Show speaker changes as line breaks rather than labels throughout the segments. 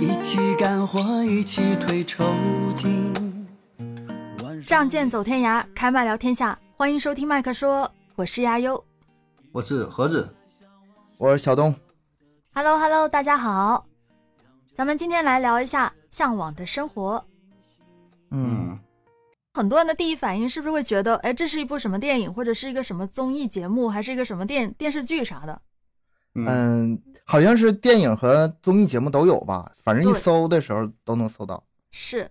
一起干活，一起推抽筋。
仗剑走天涯，开麦聊天下，欢迎收听麦克说，我是亚优。
我是盒子，
我是小东。
h e l l o h e l l o 大家好，咱们今天来聊一下向往的生活。
嗯，
很多人的第一反应是不是会觉得，哎，这是一部什么电影，或者是一个什么综艺节目，还是一个什么电电视剧啥的？
呃
嗯，
嗯，好像是电影和综艺节目都有吧，反正一
对
搜的时候都能搜到。
是，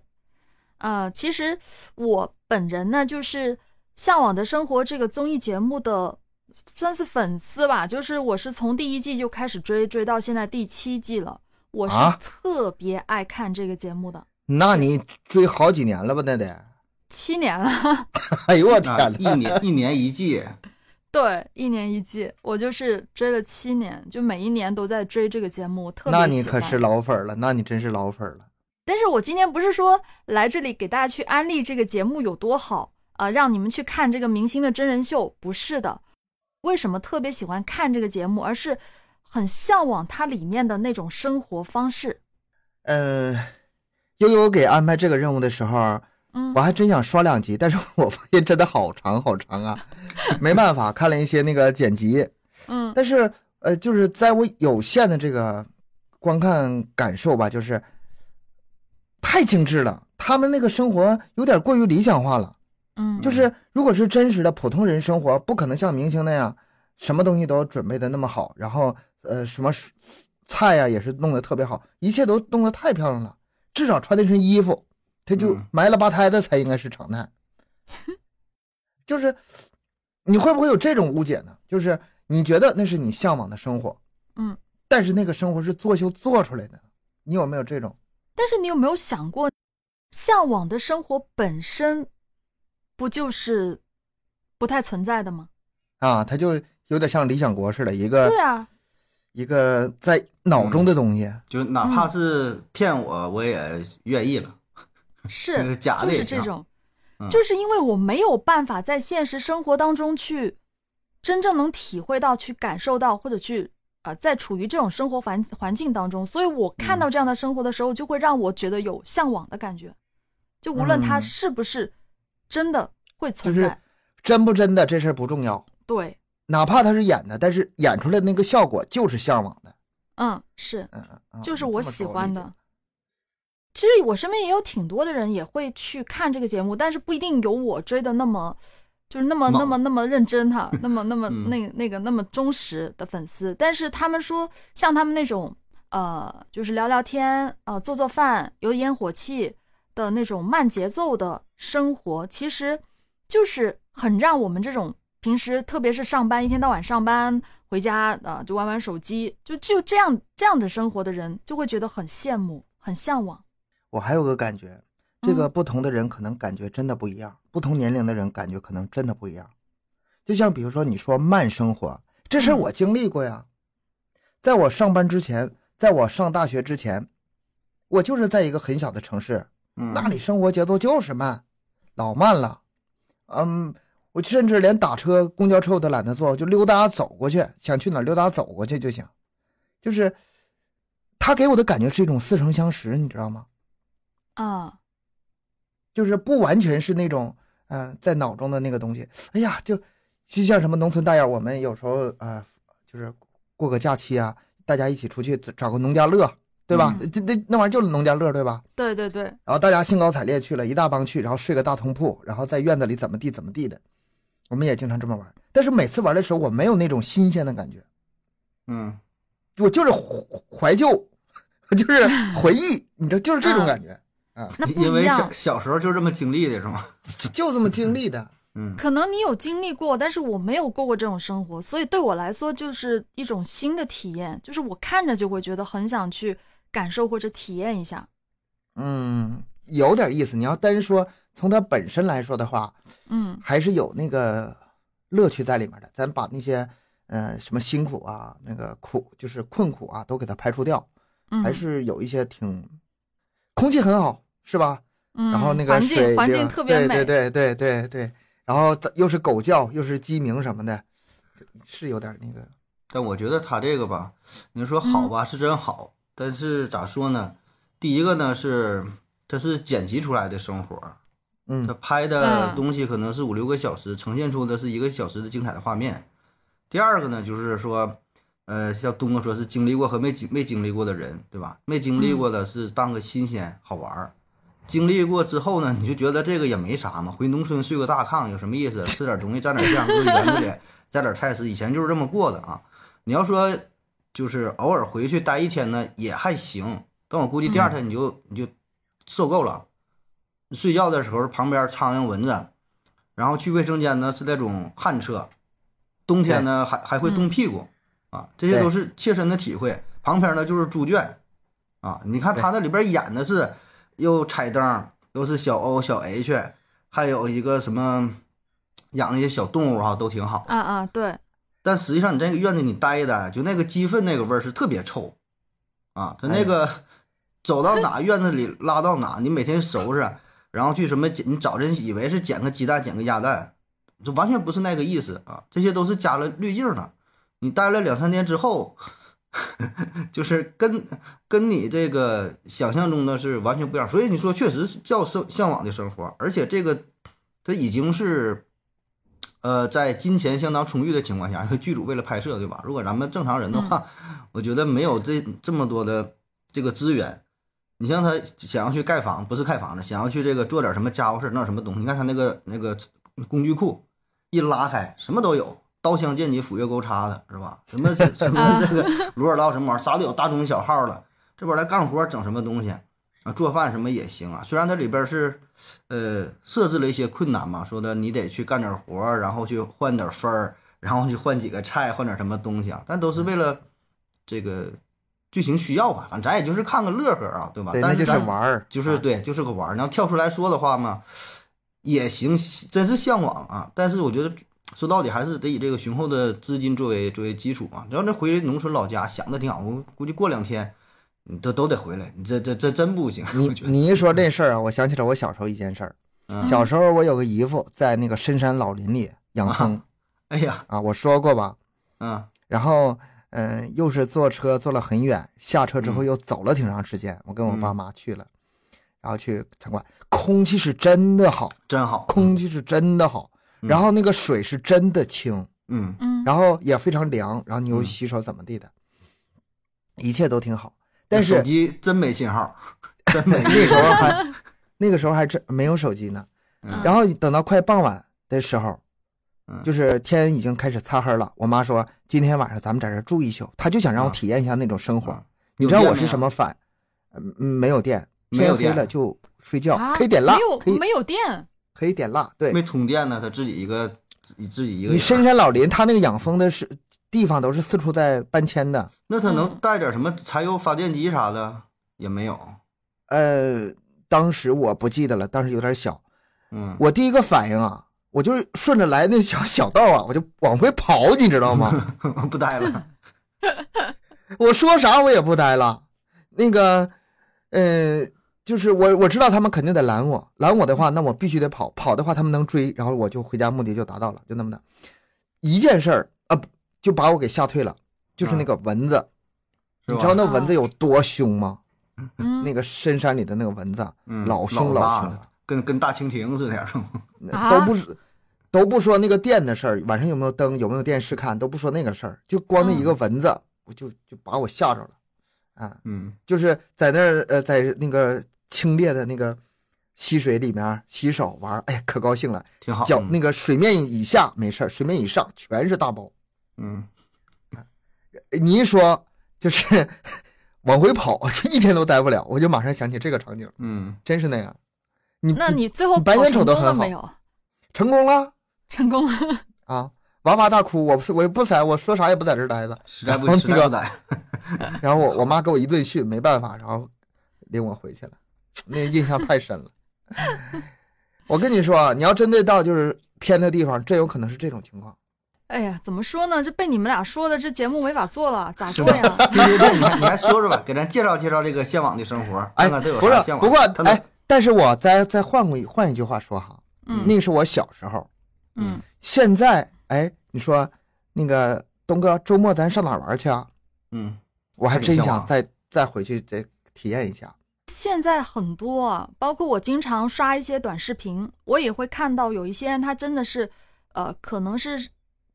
呃，其实我本人呢，就是《向往的生活》这个综艺节目的算是粉丝吧，就是我是从第一季就开始追，追到现在第七季了，我是
啊
特别爱看这个节目的，
那你追好几年了吧？那得，
七年了。
哎呦我天
啊，
呐
一 年一年一季，
对，一年一季，我就是追了七年，就每一年都在追这个节目，特别
那你
喜
可
欢
是老粉儿了，那你真是老粉儿了。
但是我今天不是说来这里给大家去安利这个节目有多好啊、让你们去看这个明星的真人秀，不是的。为什么特别喜欢看这个节目，而是很向往它里面的那种生活方式？
呃，悠悠给安排这个任务的时候，
嗯
我还真想刷两集，但是我发现真的好长好长啊，没办法，看了一些那个剪辑，
嗯
但是呃，就是在我有限的这个观看感受吧，就是太精致了，他们那个生活有点过于理想化了。
嗯，
就是如果是真实的普通人生活，不可能像明星那样，什么东西都要准备的那么好，然后呃，什么蔬菜呀、也是弄得特别好，一切都弄得太漂亮了。至少穿那身衣服，他就
嗯
埋了吧胎的才应该是 常态。就是你会不会有这种误解呢？就是你觉得那是你向往的生活，
嗯，
但是那个生活是作秀做出来的，你有没有这种？
但是你有没有想过，向往的生活本身不就是不太存在的吗？
啊，它就有点像理想国似的，一个
对啊，
一个在脑中的东西。
就哪怕是骗我，我也愿意了。那
是
个假的
就
也
是这
像
种，
嗯
就是因为我没有办法在现实生活当中去真正能体会到、去感受到，或者去啊、呃在处于这种生活环环境当中，所以我看
嗯
到这样的生活的时候，就会让我觉得有向往的感觉，就无论它
嗯
是不是真的会存
就是
在，
真不真的这事儿不重要，
对，
哪怕他是演的，但是演出来的那个效果就是向往的。
嗯，是。
嗯嗯嗯，
就是
你
我
这么
喜
说
欢
理解
的。其实我身边也有挺多的人也会去看这个节目，但是不一定有我追的那么，就是那么
猛
那么那么认真哈，那么那么
嗯
那个那个那么忠实的粉丝。但是他们说，像他们那种呃，就是聊聊天呃，做做饭，有烟火气的那种慢节奏的生活，其实就是很让我们这种平时，特别是上班一天到晚上班回家啊、呃就玩玩手机，就就这样这样的生活的人，就会觉得很羡慕，很向往。
我还有个感觉，这
嗯
个不同的人可能感觉真的不一样，不同年龄的人感觉可能真的不一样。就像比如说你说慢生活，这事儿
嗯
我经历过呀。在我上班之前，在我上大学之前，我就是在一个很小的城市，
嗯，
那里生活节奏就是慢，老慢了。嗯，我甚至连打车、公交车我都懒得坐，我就溜达走过去，想去哪儿溜达走过去就行。就是他给我的感觉是一种似曾相识，你知道吗？
啊，
就是不完全是那种，嗯、在脑中的那个东西。哎呀，就就像什么农村大院，我们有时候呃，就是过个假期啊，大家一起出去找找个农家乐，对吧？这那那玩意儿就是农家乐，对吧？
对对对，
然后大家兴高采烈去了，一大帮去，然后睡个大通铺，然后在院子里怎么地怎么地的。我们也经常这么玩，但是每次玩的时候，我没有那种新鲜的感觉，
嗯，
我就是怀怀旧， 就是回忆，你知道，就是这种感觉，
那不
因
一
为
样
小。小时候就这么经历的是吗？
就就这么经历的。
嗯，
可能你有经历过，但是我没有过过这种生活，所以对我来说就是一种新的体验，就是我看着就会觉得很想去感受或者体验一下。
嗯，有点意思。你要单说从它本身来说的话，
嗯
还是有那个乐趣在里面的。咱把那些呃什么辛苦啊，那个苦就是困苦啊，都给它排除掉，
嗯，
还是有一些挺，空气很好，是吧？
嗯，
然后那个
环
水
境环
流
境特别美，
对对对对对对，然后又是狗叫，又是鸡鸣什么的，是有点那个，
嗯
但我觉得他这个吧，你说好吧是真好，但是咋说呢？第一个呢是它是剪辑出来的生活，他
嗯
拍的
嗯
东西可能是五六个小时，呈现出的是一个小时的精彩的画面。第二个呢，就是说，呃，像东哥说是经历过和没经没经历过的人，对吧？没经历过的是当个新鲜好玩儿，经历过之后呢，你就觉得这个也没啥嘛，回农村睡个大炕有什么意思？吃点东西蘸点酱，搁园子里摘点菜吃，以前就是这么过的啊。你要说就是偶尔回去待一天呢，也还行，但我估计第二天你就、你就受够了。睡觉的时候旁边苍蝇蚊子，然后去卫生间呢是那种旱厕，冬天呢还还会冻屁股、啊，这些
对
都是切身的体会。旁边呢就是猪圈啊，你看他那里边演的是又彩灯，又是小 O 小 H，还有一个什么养那些小动物哈、都挺好。
啊啊，对，
但实际上你在那个院子里待一待，就那个鸡粪那个味儿是特别臭，啊，它那个、走到哪院子里拉到哪，你每天收拾，然后去什么捡，你早晨以为是捡个鸡蛋捡个鸭蛋，这完全不是那个意思啊，这些都是加了滤镜的。你待了两三天之后， 就是跟跟你这个想象中的是完全不一样，所以你说确实是叫生向往的生活，而且这个它已经是呃，在金钱相当充裕的情况下，因为 剧组为了拍摄，对吧？如果咱们正常人的话，我觉得没有这这么多的这个资源。你像他想要去盖房，不是盖房子，想要去这个做点什么家伙事儿，弄点什么东西。你看他那个那个工具库一拉开，什么都有，刀枪剑戟斧钺钩叉的，是吧？什么什么这个罗尔刀什么玩意儿，啥都有，大中小号的。这边来干活整什么东西啊？做饭什么也行啊。虽然它里边是呃，设置了一些困难嘛，说的你得去干点活儿，然后去换点分儿，然后去换几个菜，换点什么东西啊，但都是为了这个剧情需要吧，反正咱也就是看个乐呵啊，对吧？
对，
但
那就是
咱
玩儿，
就是对，就是个玩儿。你要跳出来说的话嘛，也行，真是向往啊。但是我觉得说到底还是得以这个雄厚的资金作为作为基础啊。你要这回农村老家想的挺好，我估计过两天你都都得回来，你这这这真不行，
你
我觉得。
你一说这事儿啊，我想起了我小时候一件事儿。
嗯
小时候我有个姨父在那个深山老林里养蜂
哎呀，
啊，我说过吧。
嗯
然后，嗯、又是坐车坐了很远，下车之后
嗯
又走了挺长时间。我跟我爸
嗯
妈去了，然后去参观，空气是真的好，
真好，
空气是真的好，
嗯
然后那个水是真的清，
嗯
嗯，
然后也非常凉，然后你又
嗯
洗手怎么地的，一切都挺好。但是
手机真没信号，真 没
那时候 还那个时候还真没有手机呢。
嗯
然后等到快傍晚的时候
嗯，
就是天已经开始擦黑了。我妈说今天晚上咱们在这儿住一宿，她就想让我
啊
体验一下那种生活
啊。
你
有
知道
电
我
没
是
有
什么反？嗯嗯，没有电，
没
天
有
黑
电
了就睡觉，
啊
可以点蜡
没，
可以
有没有电，
可以点蜡。对
没，充电呢，他自己一个自己自己一个人。
你深山老林，它那个养蜂的是地方都是四处在搬迁的。
那他能
嗯
带点什么柴油发电机啥的也没有。
呃，当时我不记得了，当时有点小。
嗯，
我第一个反应啊，我就是顺着来那小小道啊，我就往回跑，你知道吗？
我不 待了。
我说啥我也不待了。那个，呃，就是我我知道他们肯定得拦我，拦我的话，那我必须得跑，跑的话他们能追，然后我就回家目的就达到了，就那么的。一件事儿啊、不就把我给吓退了，就是那个蚊子，
嗯是
你
吧
知道那蚊子有多凶吗？
嗯，
那个深山里的那个蚊子啊，
嗯
老凶
老
老
大
凶
了，跟跟大蜻蜓似的，是吗？
啊
都不是。都不说那个电的事儿，晚上有没有灯，有没有电视看，都不说那个事儿，就光那一
嗯
个蚊子，我就就把我吓着了，啊，
嗯
就是在那儿呃，在那个清冽的那个溪水里面洗手玩儿，哎呀，可高兴了。
挺好。
脚
嗯
那个水面以下没事儿，水面以上全是大包。
嗯，
你一说就是 往回跑，就一天都待不了。我就马上想起这个场景，
嗯，
真是那样。你
那你最后
你白
跑
天瞅
成
得
功了
很好
没有？
成功了
成功了，
啊！哇哇大哭，我不我也不塞，我说啥也不在这儿待着。
实在不
然后
实在
那
不哦
个
待。
然后我我妈给我一顿训，没办法，然后领我回去了，那印象太深 了。我跟你说啊，你要真的到就是偏的地方，真有可能是这种情况。
哎呀，怎么说呢？这被你们俩说的，这节目没法做了，咋做呀？
对对对，你你还说说吧，给咱介绍介绍这个向往的生活，
哎，
看看都有
不
啥
是
向，往。
不过
他能
哎，，但是我再再换过一换一句话说哈，
嗯
那是我小时候，
嗯，
现在哎，你说那个东哥周末咱上哪儿玩去啊？
嗯，
我还
那你
真
向
想
往
再再回去再体验一下。
现在很多啊，包括我经常刷一些短视频，我也会看到有一些人他真的是，呃，可能是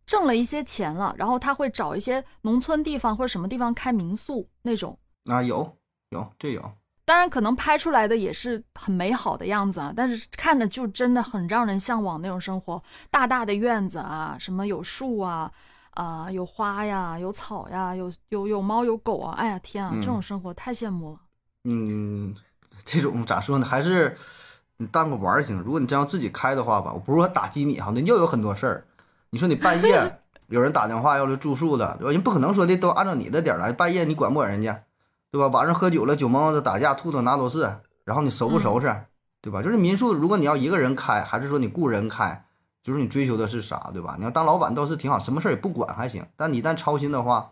挣了一些钱了，然后他会找一些农村地方或者什么地方开民宿那种。
啊，有有这有，
当然，可能拍出来的也是很美好的样子啊，但是看着就真的很让人向往那种生活。大大的院子啊，什么有树啊，啊、有花呀，有草呀，有有有猫有狗啊，哎呀天啊，
嗯
这种生活太羡慕了。
嗯，这种咋说呢？还是你当个玩儿行。如果你真要自己开的话吧，我不是说打击你哈，那又有很多事儿。你说你半夜有人打电话要来住宿的，对吧？人不可能说的都按照你的点儿来，半夜你管不管人家，对吧？晚上喝酒了，酒蒙子打架，吐吐拿都是，然后你收不收拾，对吧？就是民宿，如果你要一个人开，还是说你雇人开，就是你追求的是啥，对吧？你要当老板倒是挺好，什么事儿也不管还行，但你一旦操心的话，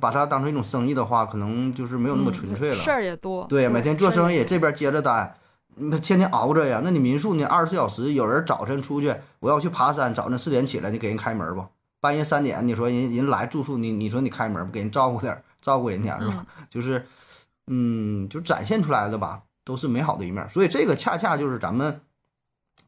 把它当成一种生意的话，可能就是没有那么
嗯
纯粹了。
事儿也多。
啊对呀，每天做生
事儿也
意，这边接着单，你们天天熬着呀。那你民宿呢？二十四小时，有人早晨出去，我要去爬山，早晨四点起来，你给人开门不？半夜三点，你说人人来住宿，你你说你开门不？给人照顾点儿，照顾人家是吧？ 就是，嗯，就展现出来的吧，都是美好的一面儿。所以这个恰恰就是咱们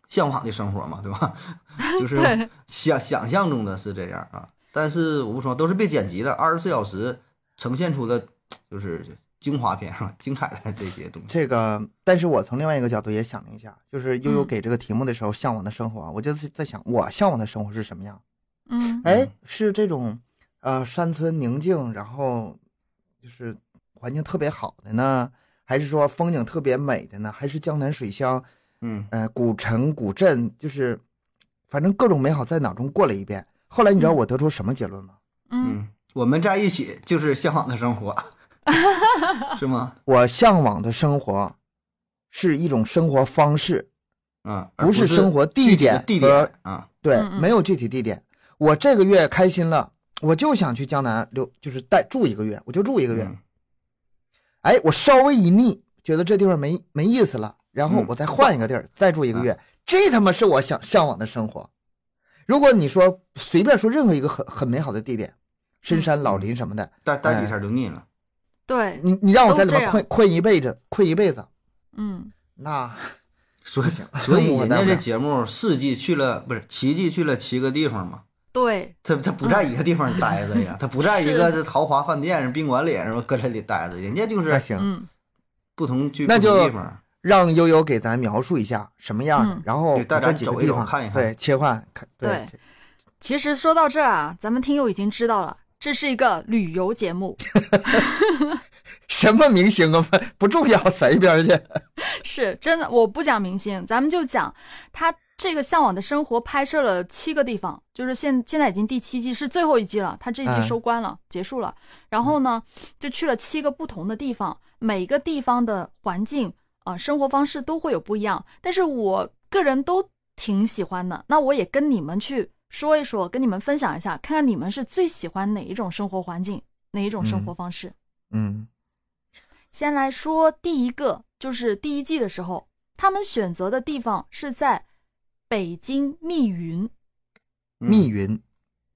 向往的生活嘛，对吧？ 就是
嗯对
想想象中的是这样啊，但是我不说都是被剪辑的，二十四小时呈现出的就是精华片是吧？精彩的这些东西。
这个，但是我从另外一个角度也想了一下，就是悠悠
嗯
给这个题目的时候，向往的生活啊，我就是在想，我向往的生活是什么样？
嗯
哎
嗯，
是这种，呃，山村宁静，然后就是环境特别好的呢，还是说风景特别美的呢？还是江南水乡，
嗯，
呃，古城古镇，就是反正各种美好在脑中过了一遍。后来你知道我得出什么结论吗？
嗯
嗯，我们在一起就是向往的生活，是吗？
我向往的生活是一种生活方式，
嗯，而不
不是生活
具
地
体的地
点和
点啊，
对，
嗯嗯
没有具体地点。我这个月开心了，我就想去江南留，就是待住一个月，我就住一个月。
嗯
哎，我稍微一腻，觉得这地方没没意思了，然后
嗯
我再换一个地儿、再住一个月，这他妈是我想向往的生活。如果你说随便说任何一个很很美好的地点，深
嗯
山老林什么的，
待待几天就腻了。
对，
你你让我在里
都这
面
样
困困一辈子，困一辈子，
嗯
那
所以
行
所 以
我
人
待
家
不
这
了
节目四季去了不是奇迹去了七个地方嘛，
对，
他他不在一个地方待着 呀，他不在一个
是
这豪华饭店、宾馆里，然后搁这里待着，人家就
那
是
行，
嗯
不同去
哎那
不同
就
地方。
让悠悠给咱描述一下什么样的，
嗯
然后
对大
我
家
这几个
走一
地
走
方
看一看
对切换看
对其实说到这儿啊，咱们听友已经知道了，这是一个旅游节目，
什么明星啊，不重要，甩一边儿去。
是真的，我不讲明星，咱们就讲他这个《向往的生活》拍摄了七个地方，就是现现在已经第七季是最后一季了，他这一季
嗯
收官了，结束了。然后呢，就去了七个不同的地方，每个地方的环境啊、呃生活方式都会有不一样，但是我个人都挺喜欢的。那我也跟你们去说一说，跟你们分享一下，看看你们是最喜欢哪一种生活环境，哪一种生活
嗯
方式。
嗯
先来说第一个，就是第一季的时候，他们选择的地方是在北京密云。
嗯
密云，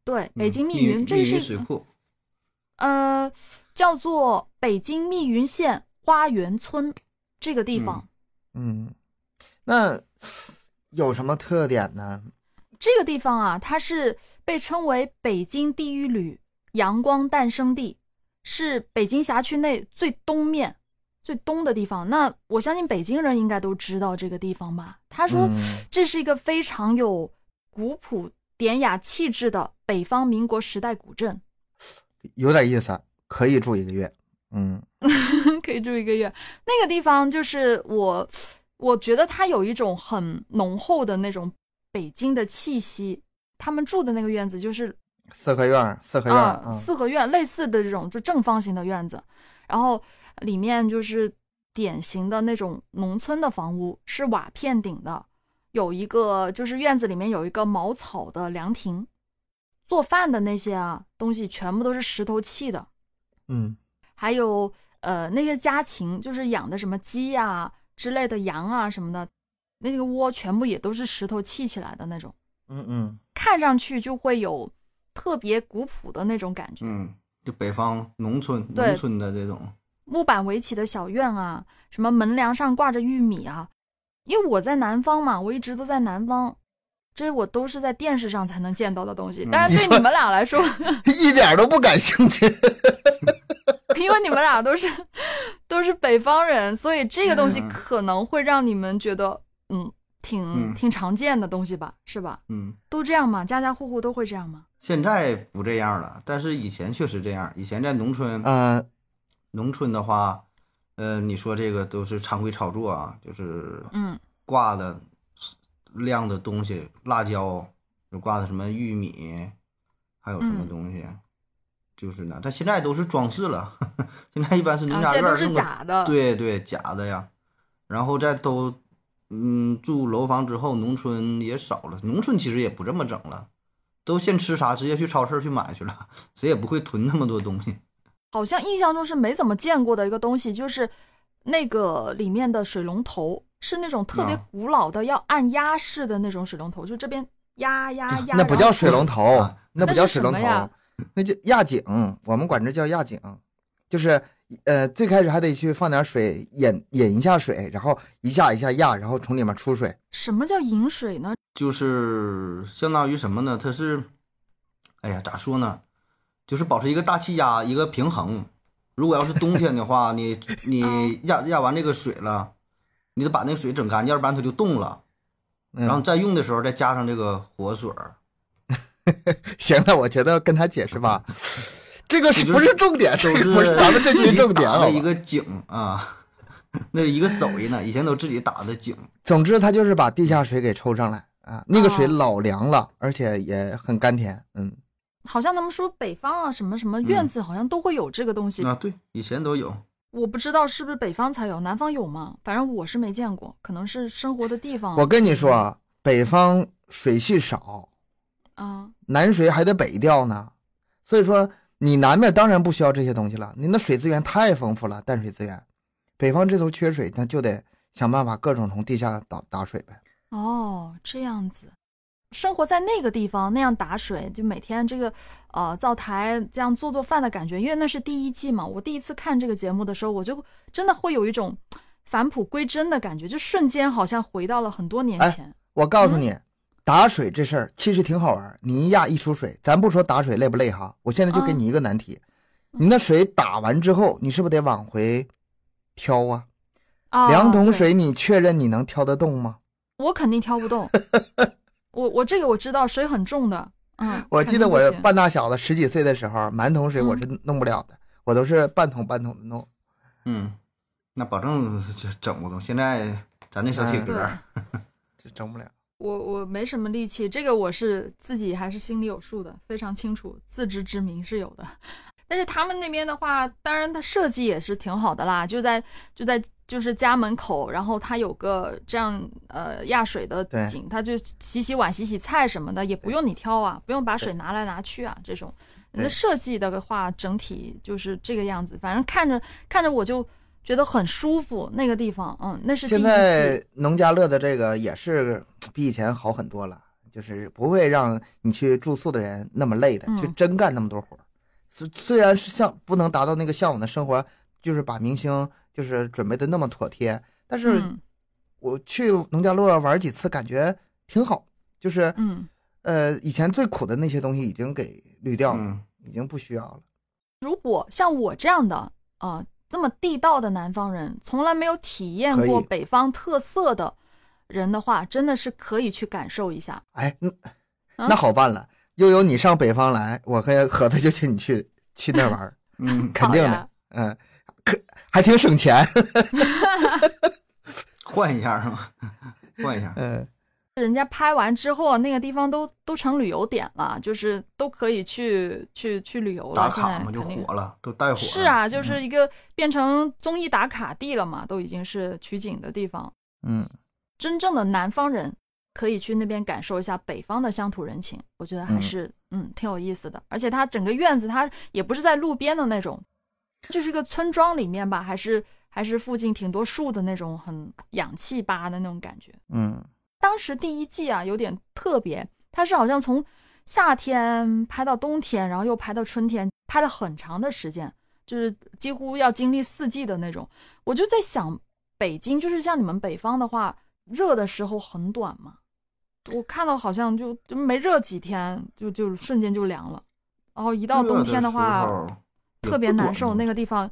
对，北
嗯
京密
云
云，这
密云水
是
库，
呃叫做北京密云县花园村这个地方。
嗯，那有什么特点呢？
这个地方啊，它是被称为北京第一旅阳光诞生地，是北京辖区内最东面、最东的地方。那我相信北京人应该都知道这个地方吧？他说
嗯
这是一个非常有古朴典雅气质的北方民国时代古镇，
有点意思，可以住一个月。嗯，
可以住一个月。那个地方就是我，我觉得它有一种很浓厚的那种北京的气息。他们住的那个院子就是
四合院儿，四合院儿
啊，
啊，
四合院类似的这种就正方形的院子，然后里面就是典型的那种农村的房屋，是瓦片顶的，有一个就是院子里面有一个茅草的凉亭，做饭的那些啊东西全部都是石头砌的，
嗯
还有呃那些家禽，就是养的什么鸡呀、之类的羊啊什么的，那个窝全部也都是石头砌起来的那种，
嗯嗯，
看上去就会有特别古朴的那种感觉。
嗯，就北方农村
对
农村的这种，
木板围起的小院啊，什么门梁上挂着玉米啊。因为我在南方嘛，我一直都在南方，这我都是在电视上才能见到的东
嗯
西。当然，
你
对
说
你们 俩来说，
一点儿都不感兴趣。
因为你们俩都是 都是北方人，所以这个东西
嗯
可能会让你们觉得，嗯，挺
嗯
挺常见的东西吧，是吧？
嗯，
都这样嘛，家家户户都会这样嘛。
现在不这样了，但是以前确实这样。以前在农村，
嗯
农村的话，呃，你说这个都是常规操作啊，就是
嗯
挂的晾的东西，辣椒，就挂的什么玉米，还有什么
嗯
东西，就是那。但现在都是装饰了， 现在一般是农
啊，
家
现
院
在都
儿
是
弄个
假的。
对对，假的呀。然后再都，嗯，住楼房之后，农村也少了，农村其实也不这么整了，都现吃啥，直接去超市去买去了，谁也不会囤那么多东西。
好像印象中是没怎么见过的一个东西，就是那个里面的水龙头是那种特别
啊
古老的，要按压式的那种水龙头，就这边压压压，
啊那不叫水龙头
啊，
那不叫
那是
水龙
什么呀
头，那叫压井，我们管这叫压井，就是呃最开始还得去放点水引引一下水，然后一下一下压，然后从里面出水。
什么叫饮水呢？
就是相当于什么呢？它是，哎呀，咋说呢？就是保持一个大气压，一个平衡。如果要是冬天的话，你你压压完这个水了，你得把那个水整干，要不然它就冻了。
嗯
然后再用的时候再加上这个活水儿。
行了，我觉得跟他解释吧， 这个是
就是
不是重点？这
都
个不是咱们这
自
期
己
重点
打
好
的一
吧？
个井啊，那一个手艺呢，以前都自己打的井，
总之，他就是把地下水给抽上来啊，那个水
哦
老凉了，而且也很甘甜。嗯，
好像他们说北方啊什么什么院子好像都会有这个东
嗯
西，
啊，对，以前都有，
我不知道是不是北方才有，南方有吗？反正我是没见过，可能是生活的地方。
我跟你说，啊，北方水系少，
啊，
南水还得北调呢，所以说你南面当然不需要这些东西了，您的水资源太丰富了，淡水资源。北方这头缺水，那就得想办法各种从地下打打水呗。
哦，这样子，生活在那个地方那样打水，就每天这个呃灶台这样做做饭的感觉，因为那是第一季嘛。我第一次看这个节目的时候，我就真的会有一种返璞归真的感觉，就瞬间好像回到了很多年
哎
前。
我告诉你，
嗯
打水这事儿其实挺好玩儿。你一压一出水，咱不说打水累不累哈，我现在就给
嗯
你一个难题，你那水打完之后，你是不是得往回挑啊？
啊，
两桶
对
水，你确认你能挑得动吗？
我肯定挑不 动。我我这个我知道，水很重的。嗯，
我
肯
记
定
得
不
我
行嗯
半大小子十几岁的时候，满桶水我是弄不了的，我都是半桶半桶的弄。
嗯，那保证这整不动。现在咱这小
嗯
铁
对
哥，
这整不了。
我我没什么力气，这个我是自己还是心里有数的，非常清楚，自知之明是有的。但是他们那边的话，当然它设计也是挺好的啦，就在就在就是家门口，然后它有个这样呃压水的
对
井，它就洗洗碗、洗洗菜什么的，也不用你挑啊，不用把水拿来拿去啊，这种。那
对
设计的话，整体就是这个样子，反正看着看着我就觉得很舒服。那个地方，嗯，那是第一
现
季。
在农家乐的这个也是比以前好很多了，就是不会让你去住宿的人那么累的，
嗯
去真干那么多活儿。虽虽然是像不能达到那个向往的生活，就是把明星就是准备的那么妥帖，但是
嗯
我去农家乐玩几次，感觉挺好。就是
嗯。
呃，以前最苦的那些东西已经给滤掉了，
嗯，
已经不需要了。
如果像我这样的啊、呃这么地道的南方人，从来没有体验
可
过
以
北方特色的人的话，真的是可以去感受一下。
哎，那
啊
那好办了，悠悠你上北方来，我和盒子就请你去去那儿玩儿，
嗯，
肯定
好
的
呀，
嗯，可还挺省钱，
换一下是吧？换一下，
嗯，
人家拍完之后，那个地方都都成旅游点了，就是都可以去去去旅游
打
了。现在
卡嘛就
肯定
火了，都带火了。
是啊，就
嗯
是一个变成综艺打卡地了嘛，都已经是取景的地方。
嗯，
真正的南方人可以去那边感受一下北方的乡土人情，我觉得还
嗯
是嗯挺有意思的。而且它整个院子，它也不是在路边的那种，就是一个村庄里面吧，还是还是附近挺多树的那种，很氧气吧的那种感觉。
嗯，
当时第一季啊有点特别，它是好像从夏天拍到冬天，然后又拍到春天，拍了很长的时间。就是几乎要经历四季的那种。我就在想，北京就是像你们北方的话，热的时候很短嘛，我看到好像就就没热几天，就就瞬间就凉了。然后一到冬天
的
话，
时候也
特别
不
难
短
受，
嘛
那个地方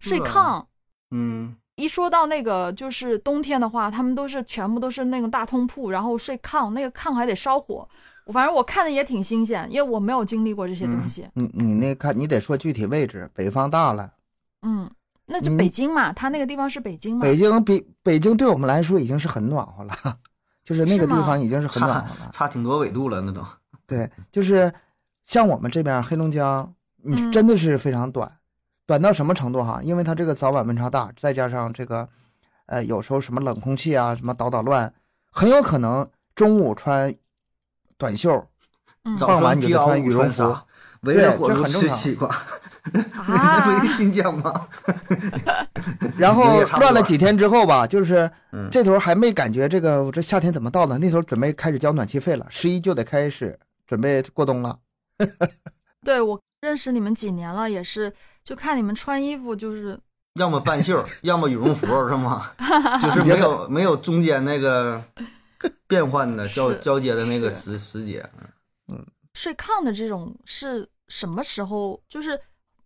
睡
对啊
炕。
嗯，
一说到那个就是冬天的话，他们都是全部都是那个大通铺，然后睡炕，那个炕还得烧火。我反正我看的也挺新鲜，因为我没有经历过这些
嗯
东西。
你你那看，你得说具体位置，北方大了，
嗯，那就
嗯
北京嘛，它那个地方是北京嘛。
北京比北京对我们来说已经是很暖和了， 就是那个地
是吗
方已经是很暖
差
和 了。
差挺多纬度了那都。
对，就是像我们这边黑龙江，
嗯
你真的是非常短，短到什么程度哈？因为它这个早晚温差大，再加上这个，呃，有时候什么冷空气啊，什么捣捣乱，很有可能中午穿短袖，
嗯
早
傍晚
上披
你就得
袄
穿
午
羽绒
穿
服
纱，围
对
着火
这
炉
很正
吃
常
西瓜，那不
啊
一，个新疆吗？
然后
也差不多
转了几天之后吧，就是
嗯
这头还没感觉这个我这夏天怎么到了，那头准备开始交暖气费了，十一就得开始准备过冬了。
对我认识你们几年了，也是就看你们穿衣服，就是
要么半袖儿，要么羽绒服儿，是 吗？就是没有没有中间那个变换的交
是
交接的那个
是
时时节。
睡炕的这种是什么时候，就是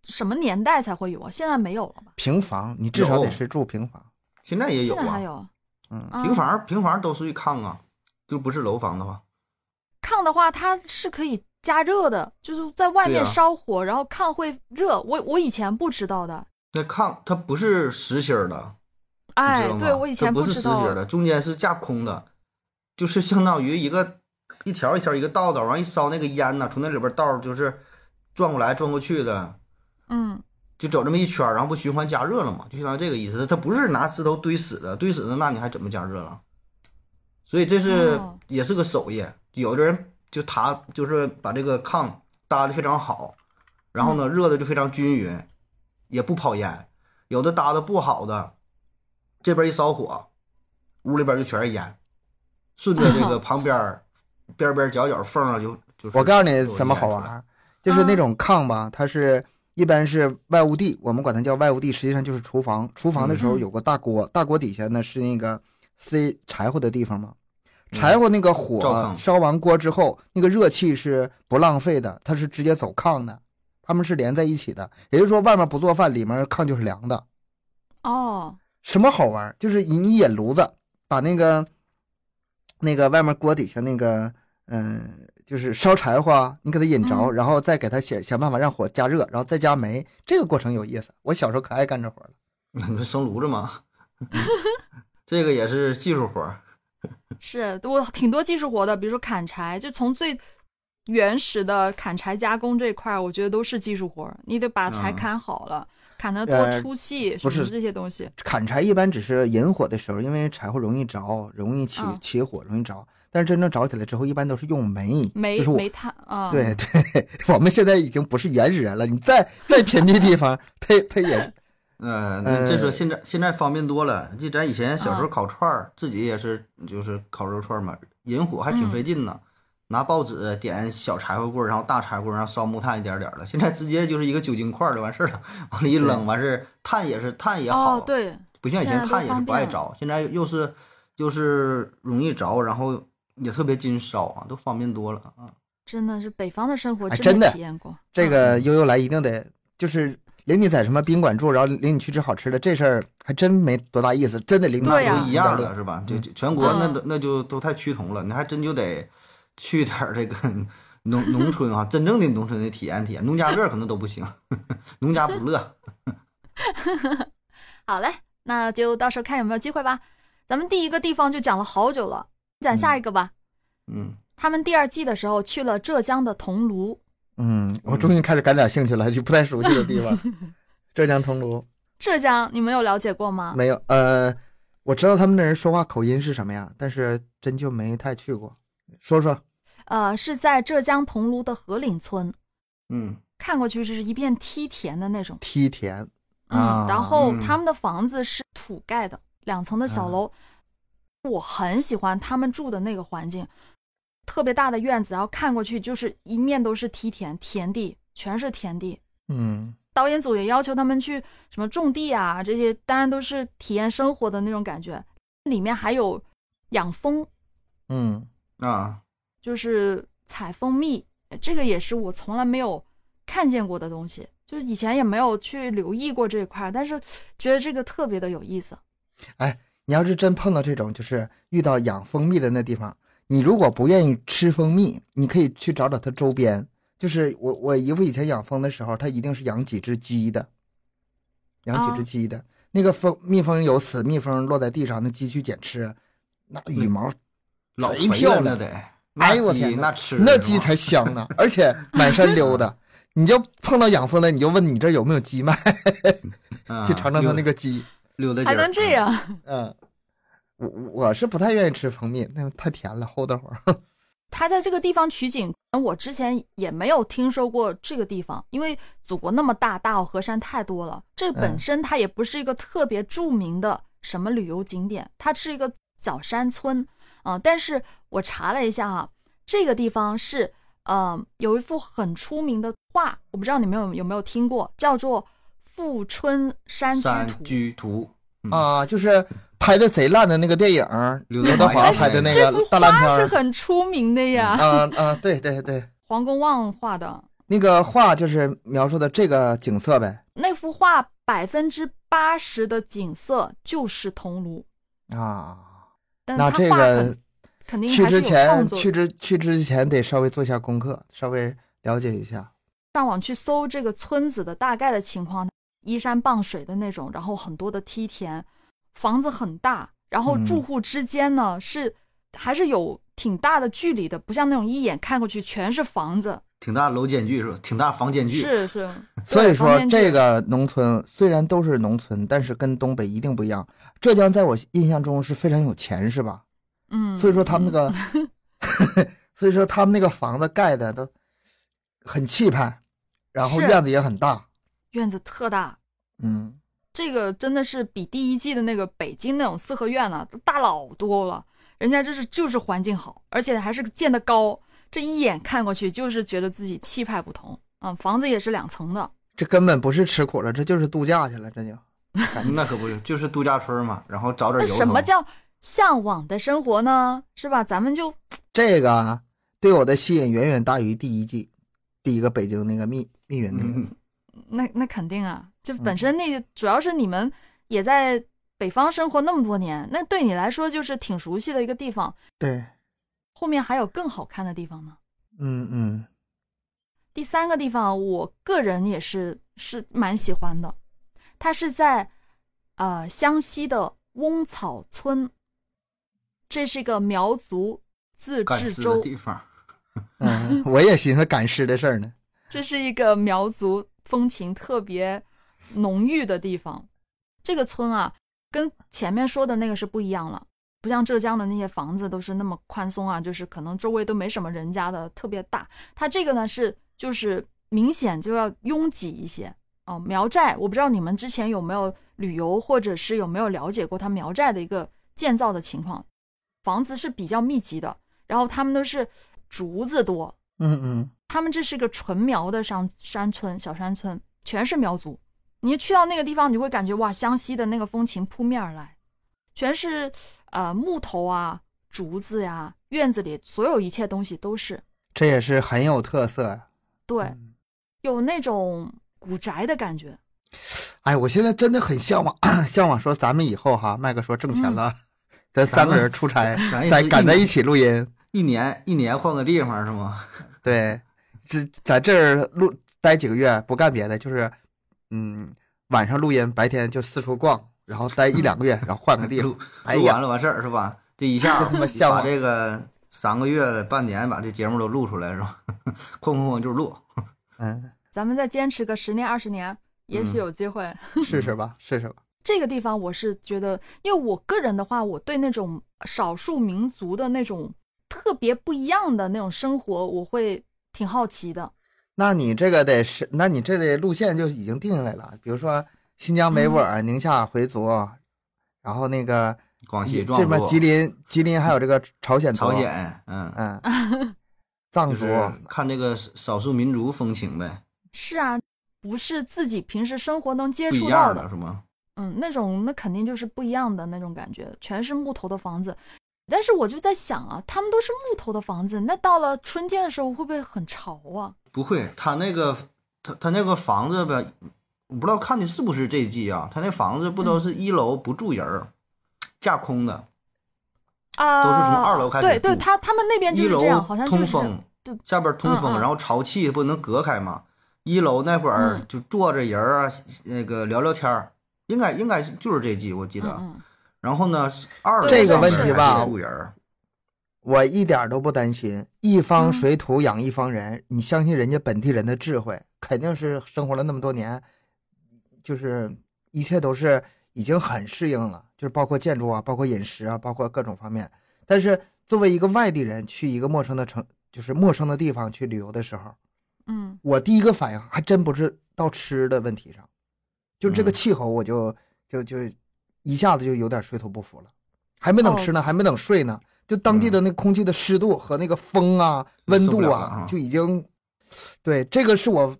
什么年代才会有啊？现在没有了吧？
平房，你至少
有
得是住平房。
现在也有
现在
啊
还，有啊？
嗯
啊
平房平房都属于炕啊，就不是楼房的话，
炕的话，它是可以加热的，就是在外面
对啊
烧火，然后炕会热。我我以前不知道的，
那炕它不是实心儿的，你
哎
知道，吗
对我以
它
前
不是
知
实心
道
儿。的，中间是架空的，就是相当于一个一条一条一个道道，完一烧那个烟呐、从那里边道儿就是转过来转过去的，
嗯，
就走这么一圈儿，然后不循环加热了吗？就相当于这个意思。它不是拿石头堆死的，堆死的那你还怎么加热了？所以这是、
哦
也是个手艺。有的人就他就是把这个炕搭的非常好，然后呢、热的就非常均匀，也不跑烟。有的搭的不好的，这边一烧火，屋里边就全是烟，顺着这个旁边儿边边角角缝儿啊就就是。
我告诉你怎么好
就有烟出来。
玩，就是那种炕吧，它是一般是外屋地，我们管它叫外屋地，实际上就是厨房。厨房的时
嗯
候有个大锅，大锅底下呢是那个塞柴火的地方嘛。柴火那个
嗯照
火
炕
烧完锅之后，那个热气是不浪费的，它是直接走炕的，它们是连在一起的。也就是说，外面不做饭，里面炕就是凉的。
哦，
什么好玩？就是你你引炉子，把那个那个外面锅底下那个嗯，就是烧柴火，啊你给它引着，
嗯
然后再给它想想办法让火加热，然后再加煤，这个过程有意思。我小时候可爱干这活了。
你说 生炉子吗？这个也是技术活儿。
是我挺多技术活的，比如说砍柴，就从最原始的砍柴加工这一块儿，我觉得都是技术活儿，你得把柴
嗯
砍好了，砍得多
呃
粗细，
不
什么
是
这些东西。
砍柴一般只是引火的时候，因为柴火容易着，容易起
嗯
起火，容易着。但是真正着起来之后，一般都是用煤，
煤、
就是我
煤炭啊，
对对， 我们现在已经不是原始人了。你再再偏僻地方， 它它也
嗯，那这说
呃
现在现在方便多了。就咱以前小时候
嗯
烤串儿，自己也是就是烤肉串儿嘛，引火还挺
嗯
费劲呢。拿报纸点小柴火棍儿，然后大柴火，然后烧木炭一点点儿的。现在直接就是一个酒精块儿就完事儿了，往里一扔完事儿。炭也是炭也好，啊
哦，对，
不像以
现
前
在都
炭也是
方
不爱
便
着，现在又是又是容易着，然后也特别经烧啊，都方便多了啊。
真的是北方的生活
哎
真
真的
体验过嗯
这个悠悠来一定得就是领你在什么宾馆住，然后领你去吃好吃的，这事儿还真没多大意思，真得领你
那
对呀
都
呀
一样了，是吧？就就全国
嗯
那都那就都太趋同了，你还真就得去点儿这个农农村啊，真正的农村的体验体验，农家乐可能都不行， 农家不乐。
好嘞，那就到时候看有没有机会吧。咱们第一个地方就讲了好久了，讲下一个吧。
嗯，
他们第二季的时候去了浙江的桐庐，
嗯，我终于开始感点兴趣了，就不太熟悉的地 方，浙江桐庐
浙江你们有了解过吗？
没有。呃，我知道他们那人说话口音是什么样，但是真就没太去过。说说，
呃，是在浙江桐庐的河岭村，
嗯，
看过去是一片梯田的那种。
梯田
嗯，
啊
然后
嗯
他们的房子是土盖的，两层的小
啊
楼。我很喜欢他们住的那个环境，特别大的院子，然后看过去就是一面都是梯田，田地全是田地，
嗯，
导演组也要求他们去什么种地啊，这些当然都是体验生活的那种感觉。里面还有养蜂，
嗯，
啊，
就是采蜂蜜，这个也是我从来没有看见过的东西，就是以前也没有去留意过这一块儿，但是觉得这个特别的有意思。
你要是真碰到这种，就是遇到养蜂蜜的那地方，你如果不愿意吃蜂蜜，你可以去找找它周边。就是我我姨夫以前养蜂的时候，他一定是养几只
哦
鸡的，养几
啊
只鸡的。那个蜂蜜蜂有死蜜蜂落在地上，那鸡去捡吃，那羽毛
老
贼
肥了
漂
那
亮
得，
哎呦我
那
天
鸡
呐
那吃
那
是
鸡
吧
才香呢，而且满山 溜达。你就碰到养蜂的，你就问你这儿有没有鸡卖，
啊
去尝尝它
溜
那个鸡。
溜达劲
还
儿
能这？
嗯
样？
嗯，我我是不太愿意吃蜂蜜，那太甜了，齁得慌。
他在这个地方取景，我之前也没有听说过这个地方，因为祖国那么大，大好河山太多了。这本
嗯
身它也不是一个特别著名的什么旅游景点，它是一个小山村啊、呃但是我查了一下哈、这个地方是呃有一幅很出名的画，我不知道你们有有没有听过，叫做《富春山居
山
图》。
居图，嗯
啊，就是拍的贼烂的那个电影儿，
刘
刘
德
德
华
华拍的那
拍
这
个
幅
大烂
画
片
是
儿。
很出名的呀，
啊啊，对对对，
黄公望画的。
那个画就是描述的这个景色呗。
那幅画百分之八十的景色就是桐庐，
啊，
但
那
嗯他
这
画
个
肯肯定
去
还是
之
有创
前
作的。
去之去之前得稍微做一下功课，稍微了解一下。
上网去搜这个村子的大概的情况，依山傍水的那种，然后很多的梯田，房子很大，然后
嗯
住户之间呢、是还是有挺大的距离的，不像那种一眼看过去全是房子，
挺大楼间距是吧？挺大房间距，
是是。
所以说，这
个
个农村虽然都是农村，但是跟东北一定不一样。浙江在我印象中是非常有钱，是吧？
嗯，
所以说他们那个， 所以说他们那个房子盖的都很气派，然后
是
院子也很大。
院子特大，
嗯，
这个真的是比第一季的那个北京那种四合院啊大老多了。人家这是就是环境好，而且还是建得高，这一眼看过去就是觉得自己气派不同。嗯，房子也是两层的，
这根本不是吃苦了，这就是度假去了，这就
嗯那可不是，就是度假村嘛，然后找点
那
由头。
什么叫向往的生活呢？是吧？咱们就
这个啊对我的吸引远远大于第一季第一个北京那个密密云那个。
嗯？
那那肯定啊，就
嗯
本身那个主要是你们也在北方生活那么多年，那对你来说就是挺熟悉的一个地方。
对，
后面还有更好看的地方呢。
嗯 嗯，
第三个地方，我个人也是是蛮喜欢的，它是在呃湘西的翁草村，这是一个苗族自
干
治
尸的
州，
地方，
嗯，我也寻思赶尸的事儿呢。
这是一个苗族风情特别浓郁的地方。这个村啊，跟前面说的那个是不一样了，不像浙江的那些房子都是那么宽松啊，就是可能周围都没什么人家的特别大。它这个呢是就是明显就要拥挤一些哦。苗寨，我不知道你们之前有没有旅游或者是有没有了解过它苗寨的一个建造的情况，房子是比较密集的，然后他们都是竹子多，
嗯嗯，
他们这是个纯苗的山山村，小山村全是苗族。你去到那个地方，你会感觉哇，湘西的那个风情扑面而来，全是呃木头啊、竹子呀、院子里所有一切东西都是
这也是很有特色呀。
对，
嗯
有那种古宅的感觉。
哎，我现在真的很向往， 向往说咱们以后哈，麦哥说挣钱了， 咱三个人出差，
嗯 咱也
咱
是
赶在
一
一起录音。
一年一年换个地方是吗？
对，这在这儿录待几个月，不干别的，就是嗯，晚上录音，白天就四处逛，然后待一两个月，然后换个地方
录。
哎
录完
呀，
了完事儿是吧？这一 下
他妈向
把
往
这个三个月半年把这节目都录出来是吧？ 哐哐哐就是录，
嗯，
咱们再坚持个十年二十年，也许有机会。
嗯
试试吧，试试吧。
这个地方我是觉得，因为我个人的话，我对那种少数民族的那种特别不一样的那种生活，我会挺好奇的。
那你这个得是，那你这得路线就已经定下来了，比如说新疆维吾尔、宁夏回族，然后那个
嗯广西
也
壮
这边
族
吉林，吉林还有这个朝鲜族
朝，鲜，嗯，
嗯， 藏
就
族，
是看这个少数民族风情呗。
是啊，不是自己平时生活能接
不一
触到
样
的
的，是吗？
嗯，那种那肯定就是不一样的那种感觉，全是木头的房子。但是我就在想啊，他们都是木头的房子，那到了春天的时候会不会很潮啊？
不会，他那个他他那个房子吧，我不知道看的是不是这季啊？他那房子不都
嗯
是一楼不住人儿，架空的，
啊，
都是从二楼开始
对对，
住
他他们那边就
一
是
楼
这样，好像就
通
是这样
风，
对
下边通
嗯
风，
嗯
然后潮气不能隔开嘛。一楼那会儿
嗯
就坐着人儿啊，那个聊聊天儿，应该应该就是这季我记
嗯
得。
嗯，
然后呢，二楼
这个
上面
问题
还
吧
是住人儿，
我一点儿都不担心，一方
嗯
水土养一方人，你相信人家本地人的智慧，肯定是生活了那么多年，就是一切都是已经很适应了，就是包括建筑啊，包括饮食啊，包括各种方面。但是作为一个外地人去一个陌生的城，就是陌生的地方去旅游的时候，
嗯
我第一个反应还真不是到吃的问题上，就这个
嗯
气候，我就就就一下子就有点水土不服了，还没等
哦
吃呢，还没等睡呢，就当地的那空气的湿度和那个风啊、温
嗯受不
度
了了
啊
啊，
就已经，对，这个是我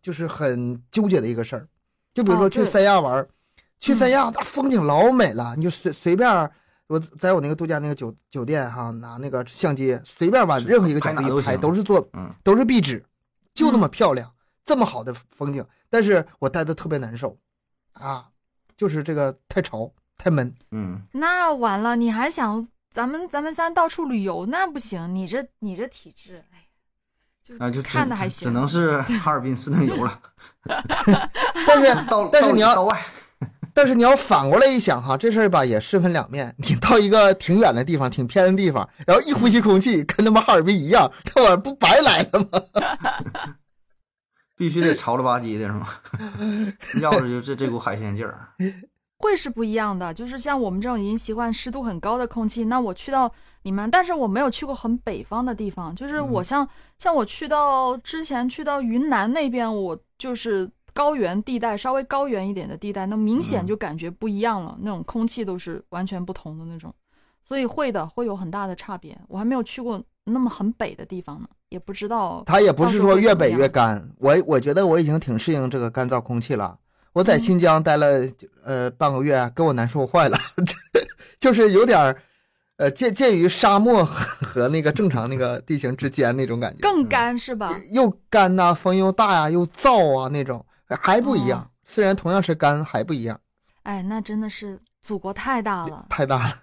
就是很纠结的一个事儿。就比如说
哦
去
对
三亚玩儿，去三
嗯
亚那风景老美了，你就随随便儿。我在我那个度假那个酒酒店哈，拿那个相机随便往
是
任何一个
拍
角
哪
度
都
一拍，
行
都是做
嗯，
都是壁纸，就那么
嗯
漂亮，这么好的风景，但是我待的特别难受，啊，就是这个太潮太闷，
嗯，
那完了，你还想咱们咱们三到处旅游，那不行，你这你这体质，哎呀，就
啊，就只
看的还
只
行，
只能是哈尔滨市政游了。
但是
到
但是你要
到外，
但是你要反过来一想哈，这事儿吧也是分两面。你到一个挺远的地方，挺偏的地方，然后一呼吸空气跟他们哈尔滨一样，那玩意儿不白来了吗？
必须得潮了吧唧的是吗？ 要是就这这股海鲜劲儿，
会是不一样的。就是像我们这种已经习惯湿度很高的空气，那我去到你们，但是我没有去过很北方的地方，就是我
嗯
像、像我去到之前去到云南那边，我就是高原地带，稍微高原一点的地带，那明显
嗯
就感觉不一样了，那种空气都是完全不同的那种，所以会的会有很大的差别。我还没有去过那么很北的地方呢，也不知道。
它也不是说越北越
干，
干，我我觉得我已经挺适应这个干燥空气了。我在
嗯
新疆待了呃半个月，给我难受坏了， 就是有点儿呃介介于沙漠和和那个正常那个地形之间那种感觉，
更干是吧？
又干呐、风又大呀、又燥啊那种，还不一样。
哦
虽然同样是干，还不一样，
哎，那真的是祖国太大了。
太大了。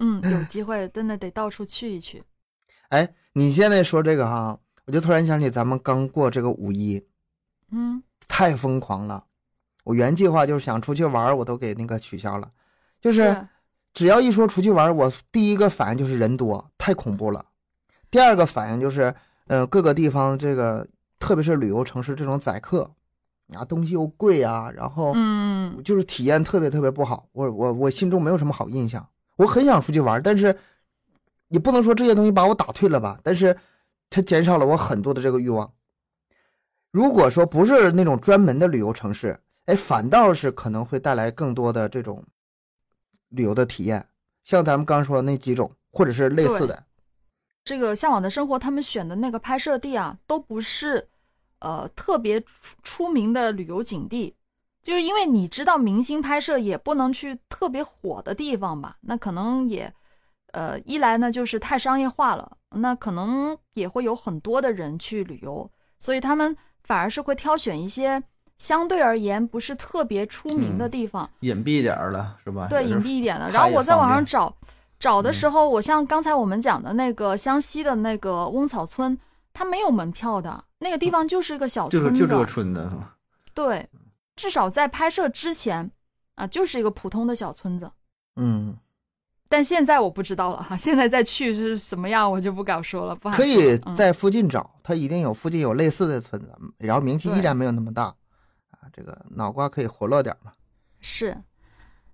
嗯， 有机会真的得到处去一去。
哎，你现在说这个哈，我就突然想起咱们刚过这个五一，
嗯，
太疯狂了。我原计划就是想出去玩儿，我都给那个取消了。就是只要一说出去玩儿，我第一个反应就是人多，太恐怖了。第二个反应就是，呃，各个地方这个，特别是旅游城市这种宰客，啊，东西又贵啊，然后
嗯，
就是体验特别特别不好。我我我心中没有什么好印象。我很想出去玩，但是也不能说这些东西把我打退了吧，但是它减少了我很多的这个欲望。如果说不是那种专门的旅游城市，哎，反倒是可能会带来更多的这种旅游的体验，像咱们刚说的那几种，或者是类似的。
这个《向往的生活》他们选的那个拍摄地啊，都不是呃特别出出名的旅游景地，就是因为你知道明星拍摄也不能去特别火的地方吧？那可能也呃一来呢就是太商业化了，那可能也会有很多的人去旅游，所以他们反而是会挑选一些相对而言不是特别出名的
嗯
地方。
隐蔽点儿了是吧？
对，
啊也是
隐蔽一点的。
看
然后
也
我在
方
网上
便
找找的
嗯
时候，我像刚才我们讲的那个湘西的那个翁草村，它没有门票的，那个地方就是一个小
啊就
村
是
子。
就这个村子是吧？
对，至少在拍摄之前啊，就是一个普通的小村子。
嗯，
但现在我不知道了哈，现在再去是什么样，我就不敢说了，不好
可以
嗯
在附近找，它一定有附近有类似的村子，然后名气依
对
然没有那么大。啊，这个脑瓜可以活络点儿嘛。
是，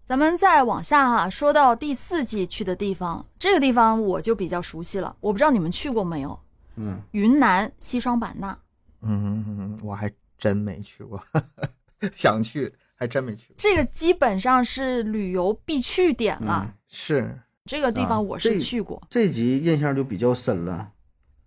咱们再往下哈，说到第四季去的地方，这个地方我就比较熟悉了，我不知道你们去过没有？
嗯，
云南西双版纳。
嗯，我还真没去过， 想去还真没去过。
这个基本上是旅游必去点了。
嗯
是，
这个地
啊
方我
这
是去过，
这集印象就比较深了。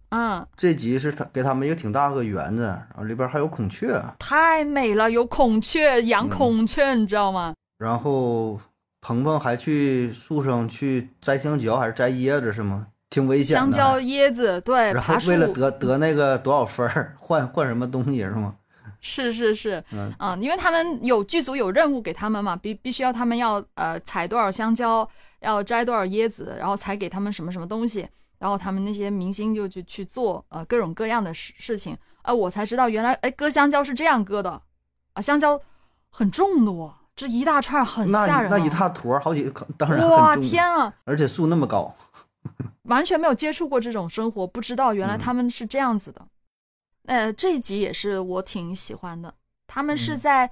嗯，
这集是他给他们一个挺大个园子，然后里边还有孔雀，啊
太美了，有孔雀，养
嗯
孔雀，你知道吗？
然后鹏鹏还去树上去摘香蕉还是摘椰子是吗？挺危险
香
的。
蕉、椰子，对，
然后
爬树
为了得得那个多少分儿，换换什么东西是吗？
是是是，
嗯
嗯，因为他们有剧组有任务给他们嘛，必必须要他们要呃采多少香蕉，要摘多少椰子，然后才给他们什么什么东西，然后他们那些明星就去去做呃各种各样的事事情啊、我才知道原来哎割香蕉是这样割的啊，香蕉很重的哦，这一大串很
那
吓
一
人、哦啊
那一大坨儿好几个，当然
哇
很重，
天啊，
而且树那么高，
完全没有接触过这种生活，不知道
嗯
原来他们是这样子的。呃，这一集也是我挺喜欢的。他们是
嗯
在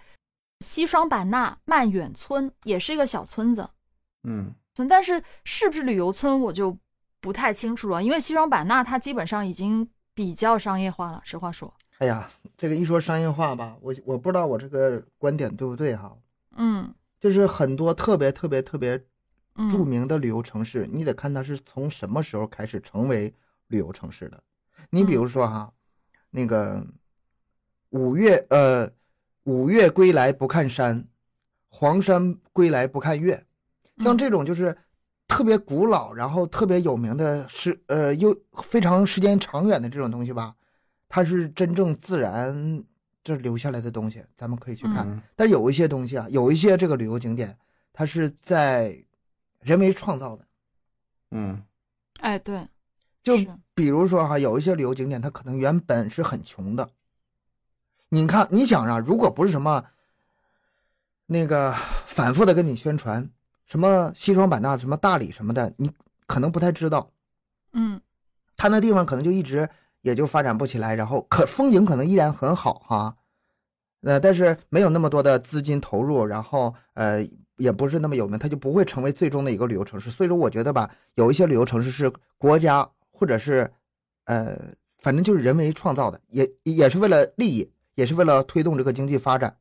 西双版纳曼远村，也是一个小村子，
嗯
村但是是不是旅游村我就不太清楚了，因为西双版纳它基本上已经比较商业化了。实话说，
哎呀，这个一说商业化吧，我我不知道我这个观点对不对哈、
嗯
就是很多特别特别特别
嗯，
著名的旅游城市，你得看它是从什么时候开始成为旅游城市的。
嗯
你比如说哈，那个五月呃五月归来不看山，黄山归来不看月，像
嗯
这种就是特别古老，然后特别有名的时呃又非常时间长远的这种东西吧，它是真正自然这留下来的东西，咱们可以去看。
嗯
但有一些东西啊，有一些这个旅游景点，它是在人为创造的。
嗯
哎对，
就是比如说哈，有一些旅游景点，它可能原本是很穷的。你看，你想啊，如果不是什么那个反复的跟你宣传什么西双版纳、什么大理什么的，你可能不太知道，
嗯
它那地方可能就一直也就发展不起来，然后可风景可能依然很好哈，呃，但是没有那么多的资金投入，然后呃也不是那么有名，它就不会成为最终的一个旅游城市。所以说，我觉得吧，有一些旅游城市是国家或者是呃，反正就是人为创造的，也也是为了利益，也是为了推动这个经济发展。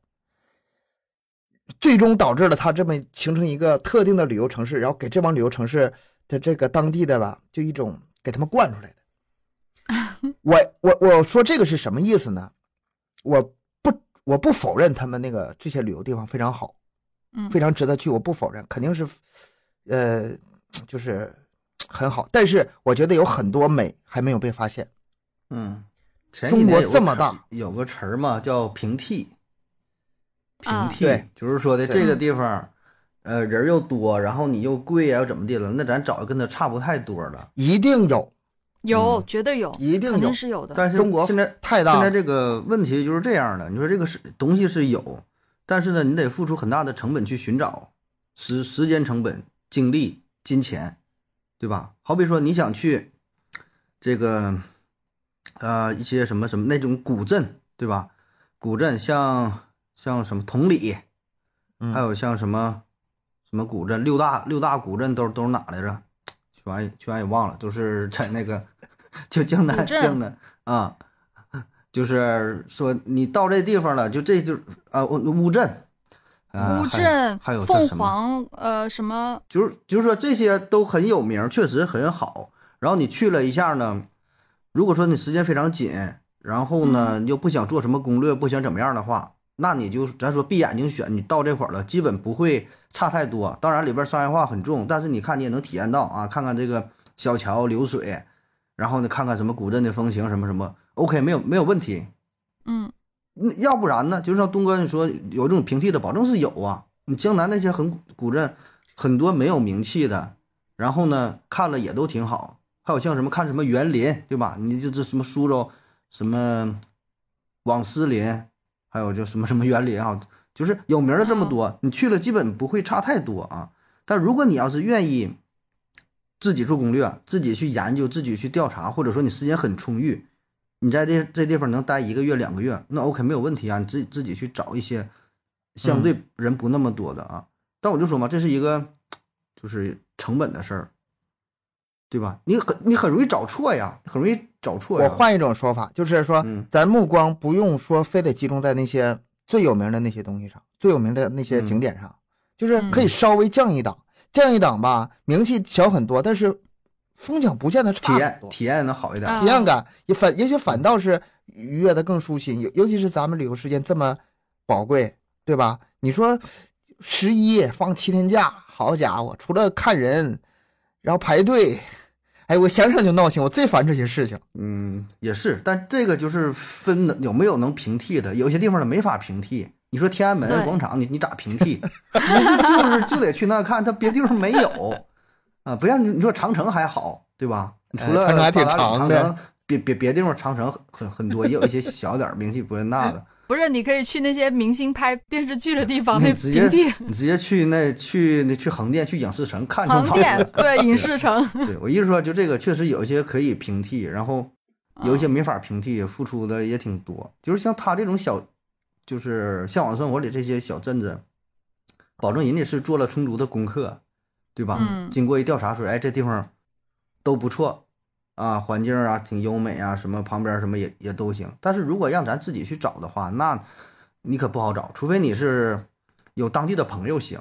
最终导致了它这么形成一个特定的旅游城市，然后给这帮旅游城市的这个当地的吧，就一种给他们惯出来的。我我我说这个是什么意思呢？我不我不否认他们那个这些旅游地方非常好，
嗯，
非常值得去，我不否认，肯定是，呃，就是很好。但是我觉得有很多美还没有被发现。
嗯。前几年
中国
有个
这
词
么
儿
大，
有个词儿嘛叫平替，平
啊
替、
对
就是说的
对
这个地方，呃，人儿又多，然后你又贵啊呀、又怎么地了？那咱找一个跟他差不太多的，
一定有，
有、
嗯
绝对有，
一定
肯定
有
是有的。
但是
中国
现在
太
现
大
在
了。
这个问题就是这样的，你说这个是东西是有，但是呢，你得付出很大的成本去寻找，时时间成本、精力、金钱，对吧？好比说你想去这个，呃，一些什么什么那种古镇，对吧？古镇像像什么同里，还
嗯，
有像什么什么古镇，六大六大古镇都是都是哪来着？去完去完也忘了，都是在那个 就江南
古镇
江南啊，就是说你到这地方了，就这就啊乌乌镇，啊还
乌
有
镇、
还有叫
凤
什么
凰，呃，什么？
就是就是说这些都很有名，确实很好。然后你去了一下呢，如果说你时间非常紧，然后呢你又不想做什么攻略，不想怎么样的话，那你就咱说闭眼睛选，你到这块儿了，基本不会差太多。当然里边商业化很重，但是你看你也能体验到啊，看看这个小桥流水，然后呢看看什么古镇的风情什么什么，OK 没有没有问题。
嗯，
那要不然呢？就像东哥你说有这种平替的，保证是有啊。你江南那些很古古镇，很多没有名气的，然后呢看了也都挺好。还有像什么看什么园林，对吧？你就这什么苏州，什么网丝林，还有就什么什么园林啊，就是有名的这么多，你去了基本不会差太多啊。但如果你要是愿意自己做攻略，自己去研究，自己去调查，或者说你时间很充裕，你在这这地方能待一个月、两个月，那 OK 没有问题啊，你自己自己去找一些相对
嗯
人不那么多的啊。但我就说嘛，这是一个就是成本的事儿，对吧？你很你很容易找错呀，很容易找错呀。
我换一种说法，就是说，
嗯
咱目光不用说非得集中在那些最有名的那些东西上，最有名的那
嗯
些景点上，就是可以稍微降一档，降一档吧，名气小很多，但是风景不见得差
体
很
验
多，
体验能好一点。
啊
体验感也反也许反倒是愉悦的更舒心，尤尤其是咱们旅游时间这么宝贵，对吧？你说十一放七天假，好家伙，除了看人，然后排队，哎，我想想就闹心，我最烦这些事情。
嗯，也是，但这个就是分的有没有能平替的，有些地方它没法平替。你说天安门
对
广场，你你咋平替？ 你就就是就得去那看，它别地方没有啊。不像你你说长城还好，对吧？你除
哎
了
长城还挺
八达岭
长
长
的
城，别别别地方长城很很多，也有一些小点儿名气不是大的。
不是，你可以去那些明星拍电视剧的地方，那
你直接
平地、
你直接去那去那去横店去影视城看就
横
完
店
了。，
对影视城，
对我意思说，就这个确实有一些可以平替，然后 有一些没法平替，付出的也挺多。就是像他这种小，就是向往生活里这些小镇子，保证人家是做了充足的功课，对吧？
嗯
经过一调查说，哎，这地方都不错啊，环境啊挺优美啊，什么旁边什么也也都行。但是如果让咱自己去找的话，那你可不好找，除非你是有当地的朋友行。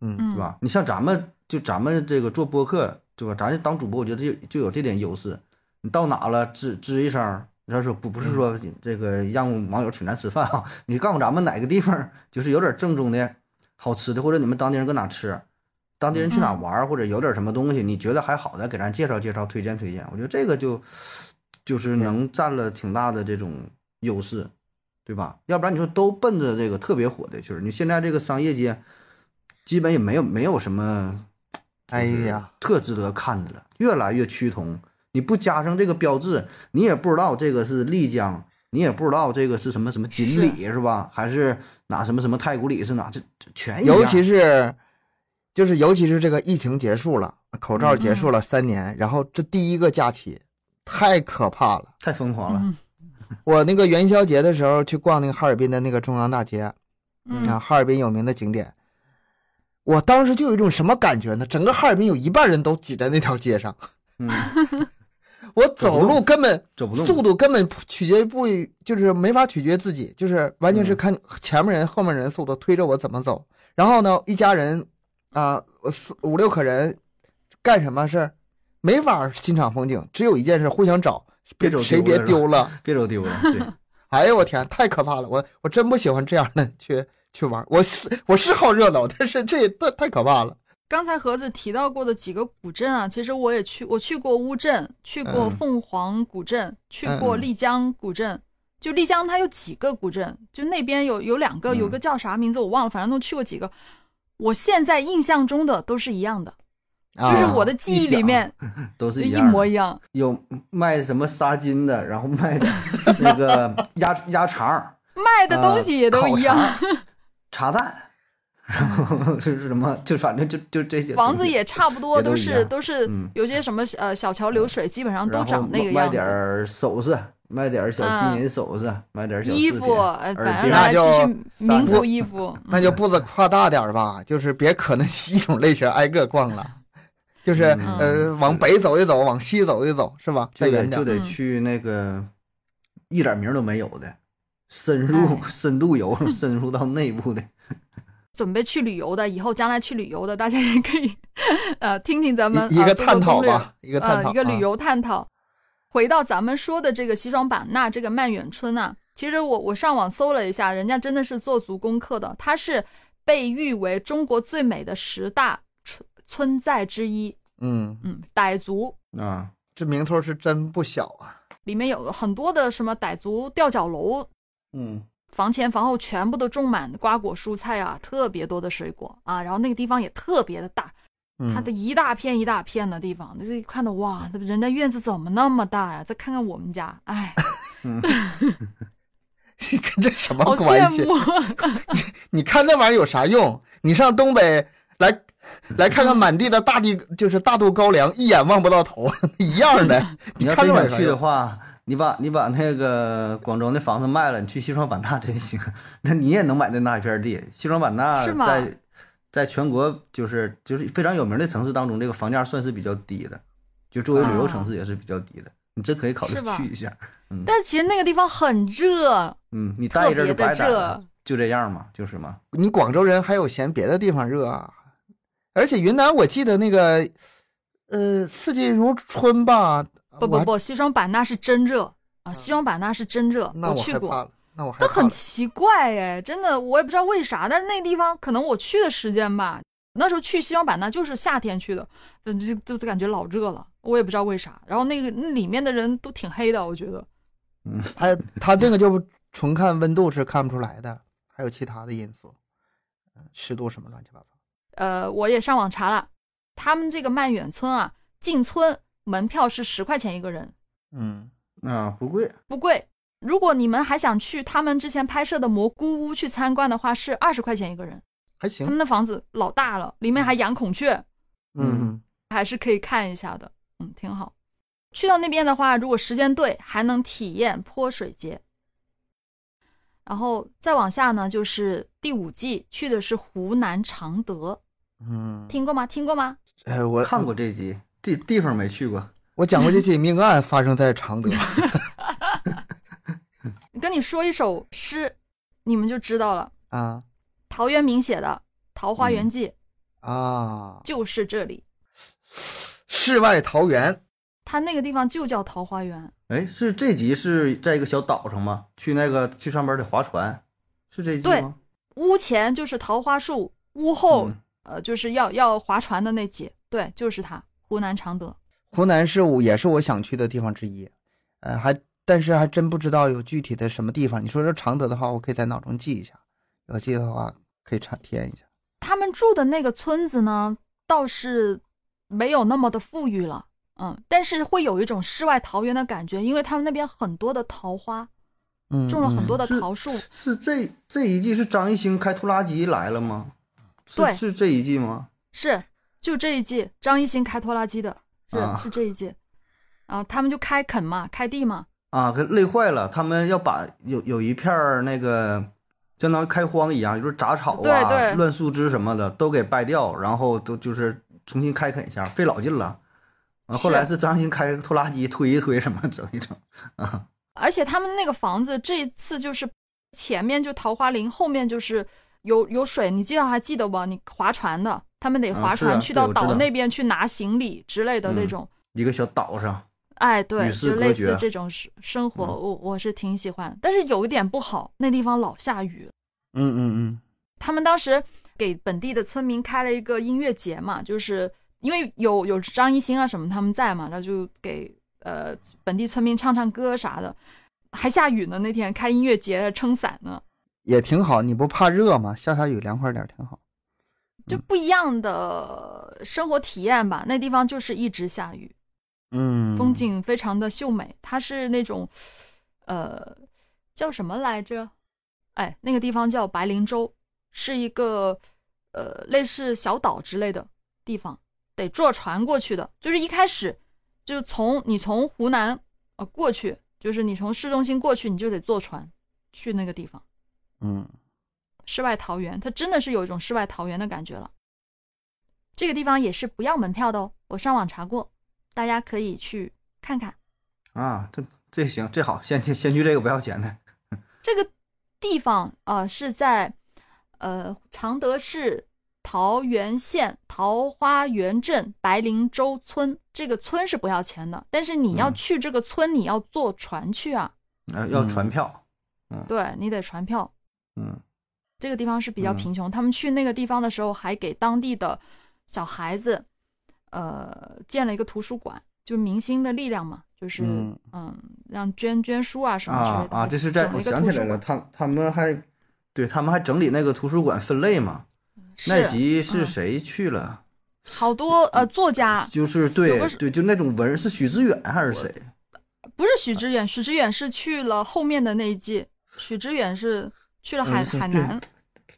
嗯，
嗯，
是吧？你像咱们就咱们这个做播客，对吧？咱这当主播，我觉得就就有这点优势。你到哪了，吱吱一声，你说说不不是说这个让网友请咱吃饭啊？你告诉咱们哪个地方就是有点正宗的好吃的，或者你们当地人搁哪吃，当地人去哪玩儿，或者有点什么东西你觉得还好的，给咱介绍介绍，推荐推荐。我觉得这个就就是能占了挺大的这种优势，对吧？要不然你说都奔着这个特别火的去了，你现在这个商业街。基本也没有没有什么
哎呀，，
特值得看的了，越来越趋同。你不加上这个标志，你也不知道这个是丽江，你也不知道这个是什么什么锦里是吧？还是哪什么什么太古里是哪？这这全一样。
尤其是就是尤其是这个疫情结束了，口罩结束了三年，然后这第一个假期太可怕了。
太疯狂了，
嗯
我那个元宵节的时候去逛那个哈尔滨的那个中央大街，啊，
嗯，
哈尔滨有名的景点。我当时就有一种什么感觉呢？整个哈尔滨有一半人都挤在那条街上，
嗯，
我走路根本
走不动，
速度根本不取决于不就是没法取决于自己，就是完
嗯
全是看前面人后面人速度推着我怎么走。然后呢，一家人啊，我四五六个人干什么事儿，没法欣赏风景，只有一件事，互相找，
别
别
走
谁
丢
别
了是吧
丢了。
别走丢了。对，
哎呦我天，太可怕了！我我真不喜欢这样的去去玩儿，我是我是好热闹，但是这也太太可怕了。
刚才盒子提到过的几个古镇啊，其实我也去，我去过乌镇，去过
嗯
凤凰古镇，去过
嗯
丽江古镇。就丽江，它有几个古镇？就那边有有两个，
嗯
有个叫啥名字我忘了，反正都去过几个。我现在印象中的都是一样的，就是
啊
我的记忆里面
都是
一
样的，
模一样。
有卖什么纱巾的，然后卖的那个鸭鸭肠 儿、啊
卖的东西也都一样，
呃茶蛋，然后 就是什么，就反正就就这些东西。
房子也差不多，
也都
都
一
是
样
都是
嗯
有些什么呃小桥流水，基本上都
然后
长那个
卖
样
点
子。
儿首饰，卖点儿小
嗯
金银首饰，买点儿小
衣
饰
服，
品
呃，
耳
反正
钉
来来
那
去去民族衣服，
那
嗯
就步子跨大点儿吧，就是别可能一种类型挨个逛了，就是、
嗯
呃往北走一走，往西走一走，是吧？再
就
远
得
点
就
儿。
得
嗯
去那个一点名儿都没有的，深入
哎
深度 游，深入到内部的。
准备去旅游的，以后将来去旅游的，大家也可以呃听听咱们
一一
呃
个
做做
探讨
攻略
吧，一个探讨，
呃，一个旅
啊。
游探讨。回到咱们说的这个西双版纳这个曼远村啊，其实我我上网搜了一下，人家真的是做足功课的，它是被誉为中国最美的十大村村寨之一。
嗯，
嗯，傣族
啊，
这名头是真不小啊。
里面有很多的什么傣族吊脚楼，
嗯，
房前房后全部都种满瓜果蔬菜啊，特别多的水果啊，然后那个地方也特别的大，
嗯
它的一大片一大片的地方，就是一看到哇，那人家院子怎么那么大呀？再看看我们家， 哎，
跟这什么
好
关
羡
系？
慕。啊
你看那玩意儿有啥用？你上东北来来看看满地的大地，就是大肚高粱，一眼望不到头， 一样的。
你要
看
真
那玩意
想去
儿有啥
的
用？
话，你把你把那个广州那房子卖了，你去西双版纳真行， 那你也能买那那一片地。西双版纳
是吗
在在全国就是就是非常有名的城市当中，这个房价算是比较低的，就作为旅游城市也是比较低的。你真可以考虑
啊是吧
去一下。
但其实那个地方很热，
嗯，你待
特
一阵儿就
别的
白待
热
了，，就这样嘛，就是嘛。
你广州人还有嫌别的地方热啊？而且云南，我记得那个呃，四季如春吧，
不
我
不
还，嗯
不，西双版纳是真热啊，西双版纳是真热，
那我
去
害
过
怕。了，那我害
都
怕
很
了。
奇怪哎，真的，我也不知道为啥，但是那地方可能我去的时间吧，那时候去西双版纳就是夏天去的，嗯就就就感觉老热了，我也不知道为啥。然后那个那里面的人都挺黑的，我觉得
他他这个就不纯看温度是看不出来的，还有其他的因素，嗯湿度什么乱七八糟。
呃，我也上网查了，他们这个曼远村啊，进村门票是十块钱一个人，
嗯，
啊，不贵，
不贵。如果你们还想去他们之前拍摄的蘑菇屋去参观的话，是二十块钱一个人。他
还行。
们的房子老大了，里面还养孔雀，
嗯，
还是可以看一下的，嗯，挺好。去到那边的话，如果时间对，还能体验泼水节。然后再往下呢，就是第五季去的是湖南常德，
嗯，
听过吗？听过吗？
哎，我
看过这集，地地方没去过，
我讲过这起命案发生在常德，
跟你说一首诗，你们就知道了。
啊
陶渊明写的《桃花源记》
啊，
就是这里，
世外桃源，
他那个地方就叫桃花源。
哎，是这集是在一个小岛上吗？去那个去上边得划船，是这集
对
吗？
屋前就是桃花树，屋后、
嗯
呃就是要要划船的那节，对，就是它，湖南常德。
湖南是我也是我想去的地方之一，呃，还但是还真不知道有具体的什么地方。你说这常德的话，我可以在脑中记一下，有记的话可以查体验一下。
他们住的那个村子呢，倒是没有那么的富裕了，嗯，但是会有一种世外桃源的感觉，因为他们那边很多的桃花，
嗯，
种了很多
的，
的
是
桃树，
是这这一季是张艺兴开拖拉机来了吗？是
对
是这一季吗？
是就这一季张艺兴开拖拉机的，是、
啊
是这一季，啊，他们就开垦嘛，开地嘛，
啊，给累坏了，他们要把有有一片儿那个，相当于开荒一样，就是杂草啊、
对对
乱树枝什么的都给掰掉，然后都就是重新开垦一下，费老劲了。啊，后
是
来是张艺兴开个拖拉机推一推什么整一整啊，
而且他们那个房子这一次就是前面就桃花林，后面就是有有水，你记得还记得吧？你划船的，他们得
啊
划
是
船
啊
去
对
到
我知
岛
道
那边去拿行李之类的那
嗯
种。
一个小岛上，
哎，对，
与世
就
隔
类似
绝
这种生生活，
嗯
我我是挺喜欢。但是有一点不好，那地方老下雨。
嗯嗯嗯，
他们当时给本地的村民开了一个音乐节嘛，就是因为有有张艺兴啊什么他们在嘛，然后就给呃本地村民唱唱歌啥的。还下雨呢，那天开音乐节撑伞呢，
也挺好。你不怕热吗？下下雨凉快点儿挺好。
嗯
就不一样的生活体验吧。那地方就是一直下雨，
嗯，
风景非常的秀美，它是那种，呃，叫什么来着？哎，那个地方叫白灵洲，是一个呃类似小岛之类的地方，得坐船过去的。就是一开始就从你从湖南呃过去，就是你从市中心过去，你就得坐船去那个地方。
嗯，
世外桃源，它真的是有一种世外桃源的感觉了。这个地方也是不要门票的哦，我上网查过，大家可以去看看。
啊，这这行这好，先去先去这个不要钱的，
这个地方呃是在呃常德市桃源县桃花源镇白灵洲村，这个村是不要钱的，但是你要
嗯
去这个村，你要坐船去啊，
啊，要
嗯
船票，
对你得船票。
嗯，
这个地方是比较
嗯
贫穷。他们去那个地方的时候，还给当地的小孩子，呃，建了一个图书馆，就明星的力量嘛，就是嗯
嗯
让捐捐书啊什么之类
啊
的。
啊，这是在
整了
我
一个
想
图
起来
书
了，
馆，
他他们还对他们还整理那个图书馆分类嘛，那
是
集
嗯
是谁去了？
好多呃作家，
就是对
个是
对，就那种文人是许知远还是谁？
不是许知远，许知远是去了后面的那一季，许知远是去了海
嗯是
海南，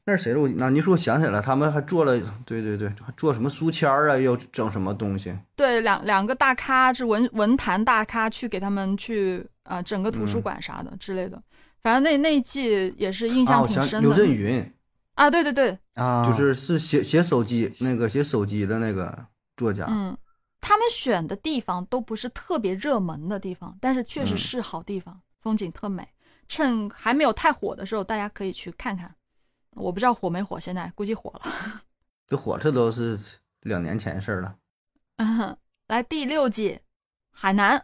那是谁了？我那您说我想起来了，他们还做了，对对对，还做什么书签儿啊，又整什么东西？
对，两两个大咖是文文坛大咖去给他们去啊、呃整个图书
嗯
馆啥的之类的。反正那那一季也是印
啊，
象
我
挺
想
深的。
刘震云，
啊，对对对，
啊，
就是是写写手机那个写手机的那个作家，
嗯，他们选的地方都不是特别热门的地方，但是确实
嗯
是好地方，风景特美。趁还没有太火的时候，大家可以去看看。我不知道火没火，现在估计火了。
这火这都是两年前事儿了。
来第六季，海南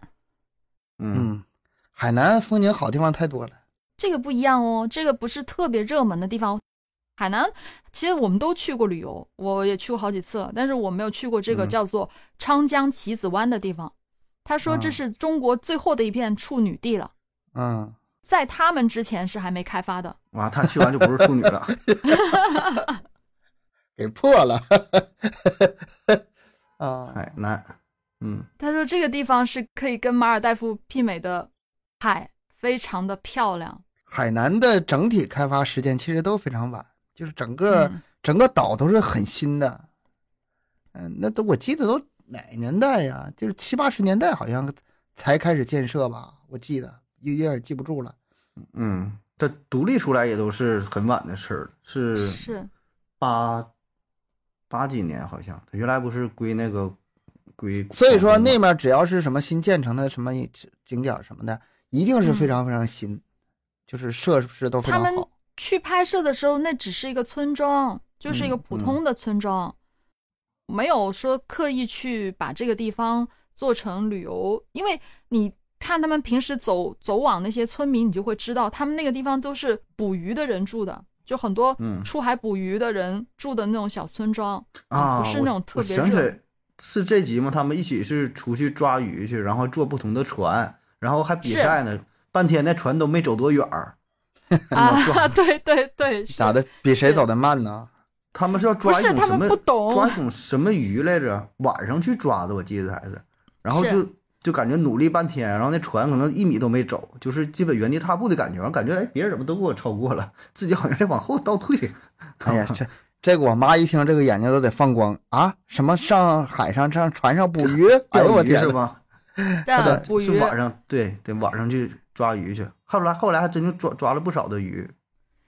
嗯，
嗯，海南风景好地方太多了。
这个不一样哦，这个不是特别热门的地方。海南其实我们都去过旅游，我也去过好几次了，但是我没有去过这个
嗯
叫做昌江棋子湾的地方。他说
嗯
这
啊
是中国最后的一片处女地了，
嗯，
在他们之前是还没开发的。
哇，他去完就不是处女了。
给破了。啊，
海南，哎嗯，
他说这个地方是可以跟马尔代夫媲美的海，非常的漂亮。
海南的整体开发时间其实都非常晚，就是整个、
嗯
整个岛都是很新的。嗯，那都我记得都哪年代呀？就是七八十年代好像才开始建设吧，我记得有有点记不住了。
嗯，它独立出来也都是很晚的事儿了，是
是，
八八几年好像，它原来不是归那个归，
所以
哦
说那面只要是什么新建成的什么景点儿什么的，一定是非常非常新，就是设施都非
嗯他
常
们
好。
去拍摄的时候，那只是一个村庄，就是一个
嗯
普通的村庄，没有说刻意去把这个地方做成旅游，因为你看他们平时走走往那些村民，你就会知道他们那个地方都是捕鱼的人住的，就很多
嗯
出海捕鱼的人住的那种小 村庄
啊，
不是
我
那种特
我
别
想起
热
来是这集吗？他们一起是出去抓鱼去，然后坐不同的船，然后还比
是
赛呢，半天那船都没走多远儿。
啊， 对对对，是
咋的？比谁走得慢呢？
他们是要抓
不
一
是
种
他
什
们
么
不懂
抓一种什么鱼来着？晚上去抓的，我记得还是，然后
是
就就感觉努力半天，然后那船可能一米都没走，就是基本原地踏步的感觉，感觉哎，别人怎么都给我超过了， 自己好像在往后倒退。
哎呀，这这个我妈一听这个眼睛都得放光啊！什么上海上上船上捕 鱼？哎呦
钓
我
鱼
天
是
呐！
吧？
在嗯捕
是
鱼。
晚上对得晚上去抓鱼去，后来后来还真就抓抓了不少的鱼。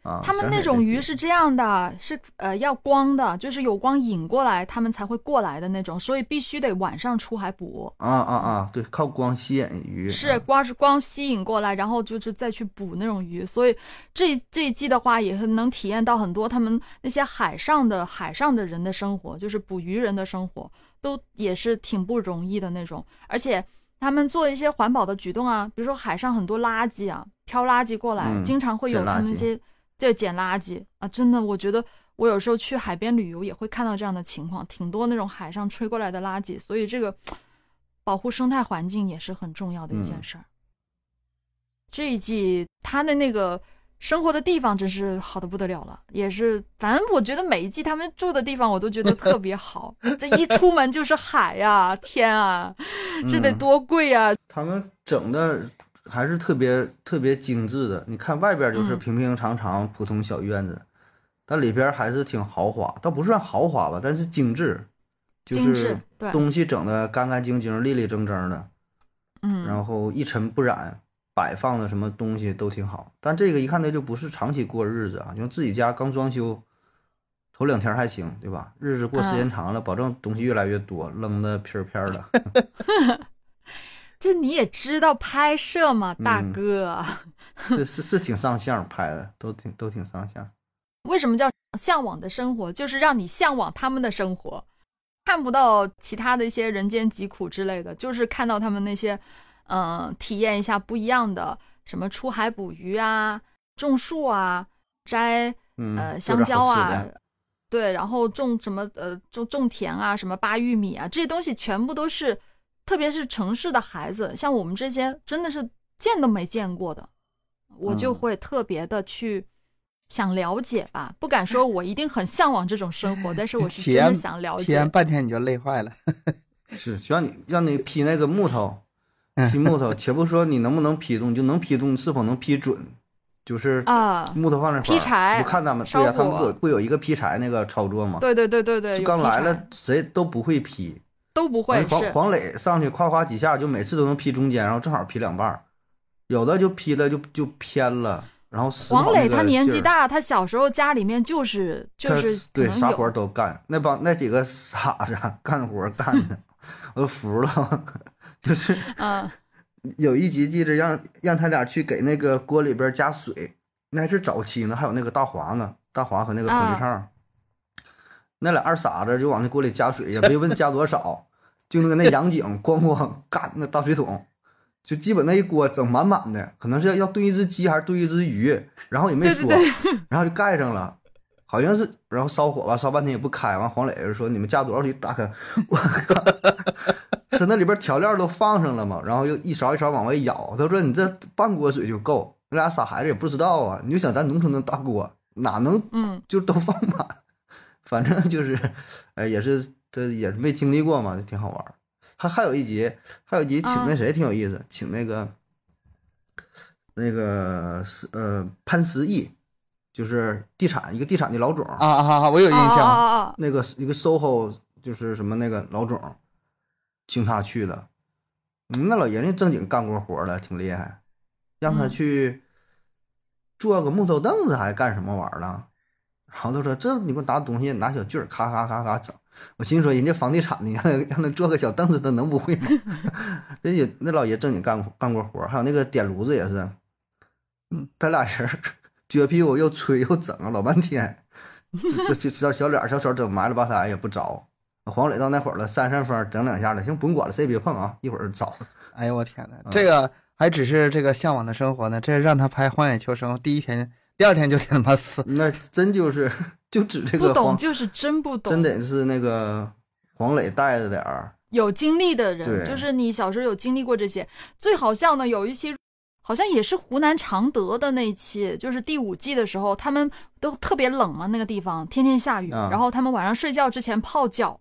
啊，
他们
想起
那
来
种
这
鱼
集
是这样的，是呃要光的，就是有光引过来，他们才会过来的那种，所以必须得晚上出海捕，
啊啊啊，对，靠光吸引鱼
是光是光吸引过来，然后就是再去捕那种鱼。所以这这一季的话，也是能体验到很多他们那些海上的海上的人的生活，就是捕鱼人的生活，都也是挺不容易的那种，而且。他们做一些环保的举动啊，比如说海上很多垃圾啊，飘垃圾过来，
嗯
经常会有
捡垃
他们那
圾
些这捡垃圾啊，真的，我觉得我有时候去海边旅游也会看到这样的情况，挺多那种海上吹过来的垃圾，所以这个保护生态环境也是很重要的一件
嗯
事儿。这一季他的那个生活的地方真是好的不得了了，也是，反正我觉得每一季他们住的地方我都觉得特 别好，这一出门就是海呀、天啊，这得
嗯
多贵啊呀、
他们整的还是特别特别精致的。你看外边就是
嗯
平平常常普通小院子，但里边还是挺豪华，倒不算豪华吧，但是精致，就
精致
是
对
东西整的干干净净、立立正正的，
嗯，
然后一尘不染，摆放的什么东西都挺好。但这个一看他就不是长期过日子啊，就自己家刚装修。头两天还行，对吧？日子过时间
嗯
长了，保证东西越来越多，扔的片儿片儿的。
这你也知道拍摄嘛，大
嗯
哥。啊
是是是挺上相拍的，都挺都挺上相。
为什么叫向往的生活？就是让你向往他们的生活，看不到其他的一些人间疾苦之类的，就是看到他们那些，嗯、体验一下不一样的，什么出海捕鱼啊，种树啊，摘
嗯，
呃
做
香
点
蕉
好吃
啊
的，
对，然后种什么呃种种田啊，什么扒玉米啊，这些东西全部都是，特别是城市的孩子，像我们这些真的是见都没见过的，我就
嗯
会特别的去想了解吧，不敢说我一定很向往这种生活，但是我是
体
真的
验
想了
体
解
验。半天你就累坏了。
是就让你让你劈那个木头，劈木头，且不说你能不能劈动，你就能劈动是否能劈准，就是
啊
木头放那块
劈
儿，
柴
我看他们对呀、
烧
他们不
火
有不有一个劈柴那个操作吗？
对对对对对，
就
有
刚
劈
来
柴
了，谁都不会劈。
都不会
完黄
是，
黄磊上去夸夸几下，就每次都能劈中间，然后正好劈两半儿，有的就劈的就就偏了，然后使不
黄
好
磊
那
他
个
年
劲
纪
儿
大，他小时候家里面就是就
他
是可
对
能
啥
有
活儿都干，那帮那几个傻子啊干活儿干的，我都服了。就是
嗯
有一集记着让让他俩去给那个锅里边加水，那还是早期呢，还有那个大华呢，大华和那个
啊
彭昱畅，那俩二傻子就往那锅里加水，也没问加多少， 就那个那洋井咣咣干那大水桶，就基本那一锅整满满的，可能是要要炖一只鸡还是炖一只鱼，然后也没
对
说，
对
然后就盖上了。好像是，然后烧火吧，烧半天也不开。完，黄磊就说：“你们家多少里打开？”我靠， 他那里边调料都放上了嘛，然后又一勺一勺往外舀。他说：“你这半锅水就够。”那俩傻孩子也不知道啊，你就想咱农村那大锅哪能
嗯，
就都放满，反正就是，哎，也是这也是没经历过嘛，就挺好玩儿。还还有一集，还有一集请那
啊
谁挺有意思，请那个那个是呃潘石屹，就是地产一个地产的老总，
啊啊啊！我有印
哦哦哦
象，
哦，
那个一个 SOHO 就是什么那个老总，请他去的，嗯那老爷子正经干过活儿了，挺厉害，让他
嗯
去做个木头凳子还干什么玩意儿了？然后他说：“这你给我拿东西，拿小锯儿，咔咔咔咔整。”我心说：“人家房地产的，你让他让他做个小凳子，他能不会吗？” 这也那老爷正经干过干过活儿，还有那个点炉子也是，嗯，他俩人儿撅屁股又吹又整啊，老半天。这这小小脸儿小手整埋了吧嗒也不着。黄磊到那会儿了，扇扇风，整两下了，行，甭管了，谁也别碰啊，一会儿就着。
哎呦我天哪，
嗯
这个还只是这个向往的生活呢，这让他拍《荒野求生》，第一天、第二天就得他妈死。
那真就是就指这
不
个
懂
黄，
就是真不懂，
真得是那个黄磊带着点儿，
有经历的人，
对
就是你小时候有经历过这些。最好笑呢，有一期好像也是湖南常德的那一期，就是第五季的时候，他们都特别冷嘛，那个地方天天下雨，
啊
然后他们晚上睡觉之前泡脚。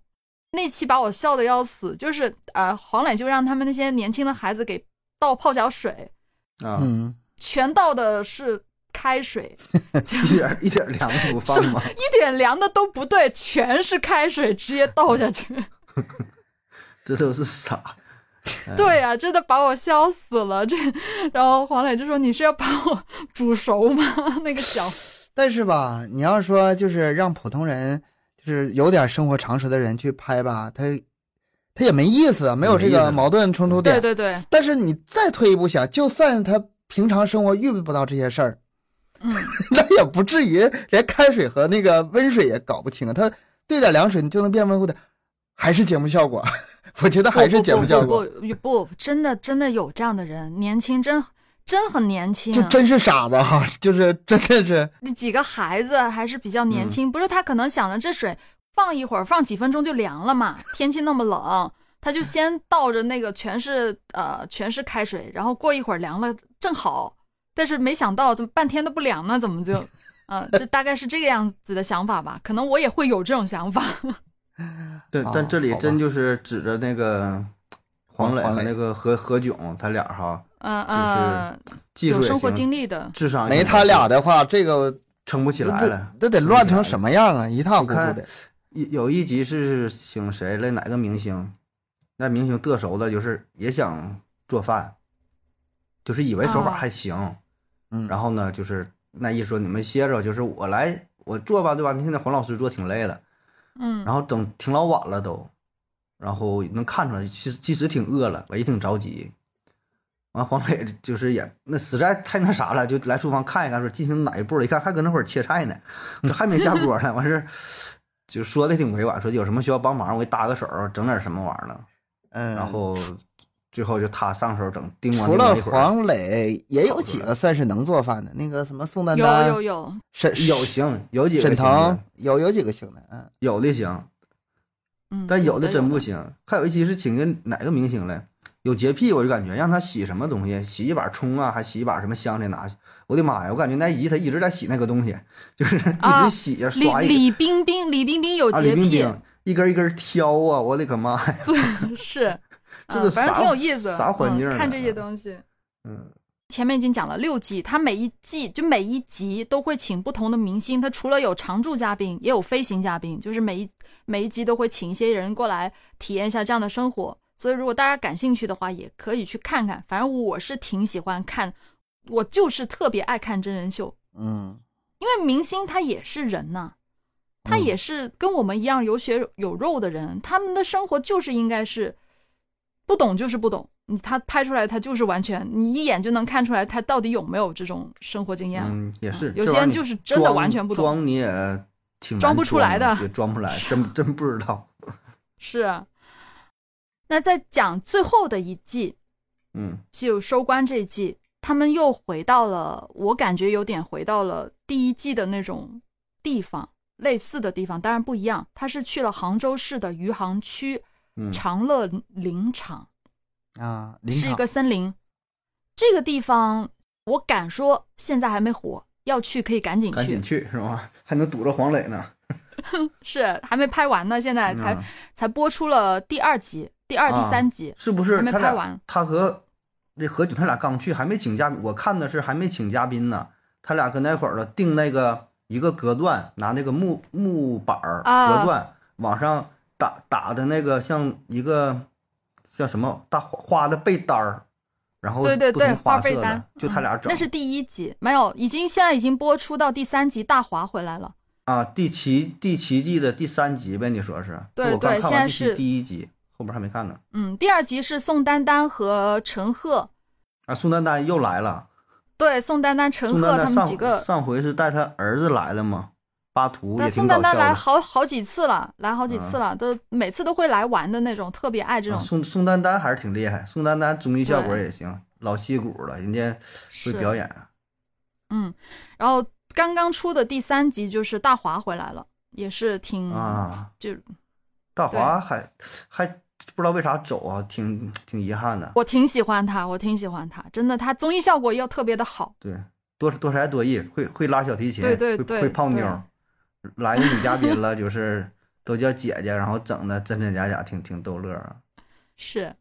那期把我笑的要死，就是呃，黄磊就让他们那些年轻的孩子给倒泡脚水，
啊，
嗯，
全倒的是 开水，
一点儿一点儿 凉都不放嘛。
一点凉的都不对，全是开水直接倒下去。
这都是
啊
啥？
嗯
对呀、真的把我笑死了。这，然后黄磊就说：“你是要把我煮熟吗？ 那个脚
但是吧，你要说就是让普通人，就是有点生活常识的人去拍吧，他他也没意思，没有这
没意
个
思
矛盾冲突？”点。
对对对，
但是你再退一步想，就算他平常生活遇不到这些事儿，
嗯，
那也不至于连开水和那个温水也搞不清啊。他兑点凉水，你就能变温乎的，还是节目效果？我觉得还是节目效果，
不不不不，真的真的有这样的人，年轻真真很年轻、啊
就真是傻子哈、就是真的是
你几个孩子还是比较年
嗯
轻，不是他可能想着这水放一会儿，放几分钟就凉了嘛，天气那么冷，他
嗯
就先倒着那个全是呃全是开水，然后过一会儿凉了正好，但是没想到怎么半天都不凉呢，怎 么就？嗯，这大概是这个样子的想法吧，可能我也会有这种想法。
对，
啊
但这里
好吧
真就是指着那个黄磊
黄
和
磊
那个何何炅他俩哈，
嗯嗯，
技术
有
也
生活经
行，
历的，
智商也
没
行
他俩的话，这个
撑不起来
这
了。
这得乱成什么样啊！一塌糊涂的。
有有一集是请谁来哪个明星，那明星得手的，就是也想做饭，就是以为手法
啊
还行，
嗯，
然后呢，就是那一说你们歇着，就是我来我做吧，对吧？现在黄老师做挺累的，
嗯
然后等挺老晚了都，然后能看出来，其实其实挺饿了，我也挺着急。完，黄磊就是也那实在太那啥了，就来厨房看一看，说进行哪一步了。一看还搁那会儿切 菜呢，说还没下锅呢。完事儿就说的挺委婉，说有什么需要帮忙，我给搭个手，整点什么玩意儿了。
嗯，
然后最后就他上手整，叮咣
除
叮
了
咣一会儿。
黄磊，也有几个算是能做饭的，那个什么宋丹
有
丹、
有有，
沈
有行，有几个
沈
行
腾
的，
有有几个行的，嗯，
有的行，
嗯，
但有的真不
行。
行。还有一期是请个哪个明星来，有洁癖，我就感觉让他洗什么东西，洗一把葱啊，还洗一把什么香菜拿去。我的妈呀！我感觉那一集他一直在洗那个东西，就是一
啊
直洗呀、
李
刷一
李冰冰，李冰冰有
啊，
洁
李
癖，
冰冰一根一根挑啊，我的个妈呀！
是，
这
嗯
都
反正
啥
挺有意思的，
啥环境
嗯
呢
看这些东西。
嗯，
前面已经讲了六季，它每一季就每一集都会请不同的明星，它除了有常驻嘉宾，也有飞行嘉宾，就是每一每一集都会请一些人过来体验一下这样的生活。所以如果大家感兴趣的话，也可以去看看。反正我是挺喜欢看，我就是特别爱看真人秀，
嗯，
因为明星他也是人呐、他也是跟我们一样有血有肉的人，他们的生活就是应该是不懂就是不懂，你他拍出来他就是完全，你一眼就能看出来他到底有没有这种生活经验。啊
嗯，也是。
哎有
这
些人
玩意儿
就是
你
真的
装
完全不懂
装你也挺难
装不出来的
装也装不出来，真真不知道。
是啊，那在讲最后的一季，
嗯
就收官这一季，他们又回到了，我感觉有点回到了第一季的那种地方，类似的地方，当然不一样。他是去了杭州市的余杭区
嗯
长乐林场，
啊，林
是一
场
个森林。这个地方，我敢说现在还没火，要去可以赶紧
赶
去
紧，去是吧？还能堵着黄磊呢。
是还没拍完呢，现在哎才、
嗯
才播出了第二集、第二、
啊
第三集。
是不是
还没
他
拍
俩
完
他和那何炅他俩刚去，还没请嘉宾，我看的是还没请嘉宾呢。他俩跟那会儿了定那个一个隔断，拿那个木木板儿
啊
隔断往上打打的那个像一个像什么大花花的被单儿，然后
对对
不同
对，花
花
被
色的
单，，
就他俩
嗯
整
那是第一集，没有，已经现在已经播出到第三集，大华回来了。
啊第七第七季的第三集呗，你说是？
对
我刚看
对现
完
在
第七
是
第一集，后边还没看呢。
嗯，第二集是宋丹丹和陈赫，
啊，宋丹丹又来了。
对，宋丹丹、陈
宋
赫
丹
他
丹
们
上
几个，
上回是带他儿子来的嘛，巴图也
但
挺
宋
搞
丹
笑
丹来
的。嗯
好好几次了，来好几次了，都每次都会来玩的那种，特别爱这
啊
种。
宋宋丹丹还是挺厉害，宋丹丹综艺效果
对
也行，老戏骨了，人家会
是，
表演。
嗯，然后刚刚出的第三集就是大华回来了，也是挺
啊，
嗯就
大华还还不知道为啥走啊，挺挺遗憾的。
我挺喜欢他，我挺喜欢他，真的，他综艺效果又特别的好。
对，多多才多艺，会会拉小提琴，
对对
会
对
会泡妞
对
儿，来个女嘉宾了就是 都叫姐姐，然后整的真真假假，挺挺逗乐啊。
是，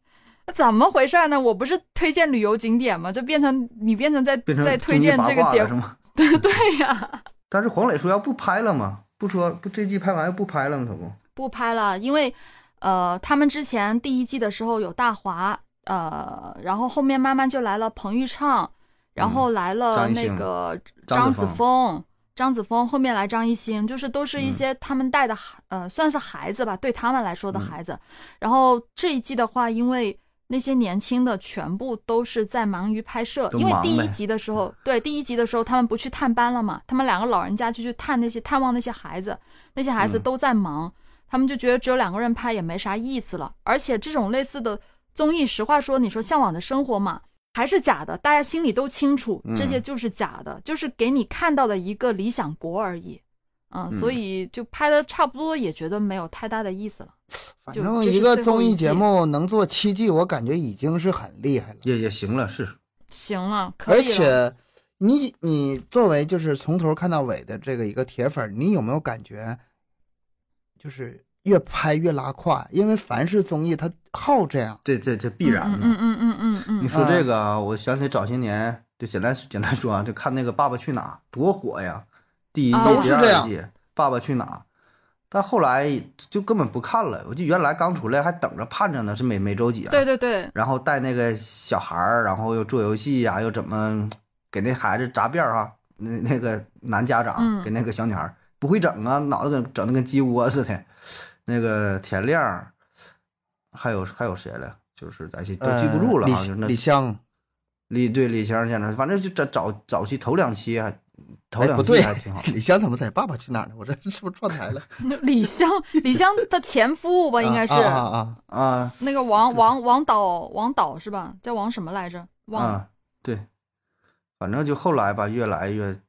那怎么回事呢？我不是推荐旅游景点吗？这变成你变成在
变成
在
综
推
艺
荐
八
这个
卦
节
了是
目，
吗？
对 对呀，
但是黄磊说要不拍了嘛，不说不这季拍完又不拍了吗？可不。
不拍了，因为呃，他们之前第一季的时候有大华，呃，然后后面慢慢就来了彭昱畅，然后来了
嗯张艺
那
兴
个
张
张
子
子
枫
枫。张子枫后面来张艺兴，就是都是
嗯
一些他们带的孩，呃，算是孩子吧，对他们来说的
嗯
孩子。然后这一季的话，因为那些年轻的全部都是在忙于拍摄，
都
因为
忙
第
呗嗯
一集的时候，对第一集的时候，他们不去探班了嘛，他们两个老人家就去探那些探望那些孩子，那些孩子
嗯
都在忙，他们就觉得只有两个人拍也没啥意思了。而且这种类似的综艺，实话说，你说《向往的生活》嘛，还是假的，大家心里都清楚
嗯，
这些就是假的，就是给你看到的一个理想国而已。嗯，
嗯
所以就拍的差不多，也觉得没有太大的意思了。
反
就
正
这是
一个
最后
综
一
艺
季
节目能做七季，我感觉已经是很厉害了。
也也行了，是
行了，可
而
以了。
且你你作为就是从头看到尾的这个一个铁粉儿，你有没有感觉，就是越拍越拉胯？因为凡是综艺它好这样，
这这这必然的。
嗯嗯嗯嗯嗯
你
嗯，
说这个啊，我想起早些年，就简单简单说啊，就看那个《爸爸去哪儿》多火呀，第一季、
啊都是
第
这
二
样
季，《爸爸去哪儿》，但后来就根本不看了。我记得原来刚出来还等着盼着呢，是每每周几啊？
对 对对，
然后带那个小孩儿，然后又做游戏啊呀、又怎么给那孩子砸辫儿啊？那那个男家长、
嗯
给那个小女孩儿不会整啊，脑子跟整的跟鸡窝似的。那个田亮儿，还有还有谁了？就是咱记都记不住了，
呃
好像就是那
李李湘，
李对李湘先生，反正就早早早期头两期还头
哎
两
不
期
对
还挺好。，
李湘怎么在《爸爸去哪儿》呢？我这是不是串台 了？
李湘，李湘的前夫吧，哦应该是
啊啊啊！
啊
那个王王王导，王导是吧？叫王什么来着？忘了。
啊，对，反正就后来吧，越来越，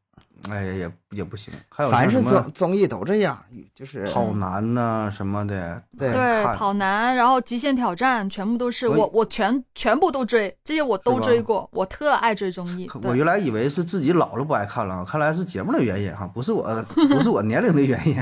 哎呀也也不行。还有
凡
像
是
什么
综综艺都这样，就是
跑男呐、什么的，
对
对，
看
跑男，然后极限挑战，全部都是
我
我，我全全部都追，这些我
是
都
吧
追过，我特爱追综艺。
我
对，
原来以为是自己老了不爱看了，看来是节目的原因哈，不是我不是我年龄的原 因，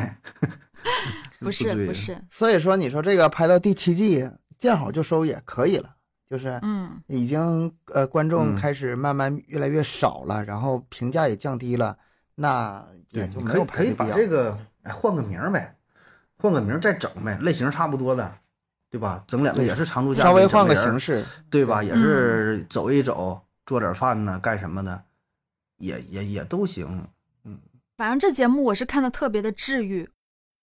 不是
追啊
不
了
是，
所以说你说这个拍到第七季见好就收也可以了，就是
嗯，
已经呃观众
嗯
开始慢慢越来越少了，然后评价也降低了，那也
对，
就
你
没
可以
有拍
可以
的必
把
要。
这个哎换个名儿呗，换个名儿再整呗，类型差不多的，对吧？整两个
对
也是常驻嘉宾，
稍微换个
整人
形，式，嗯
对吧？也是走一走，做点饭呢，干什么的，也也也都行。
反正这节目我是看的特别的治愈，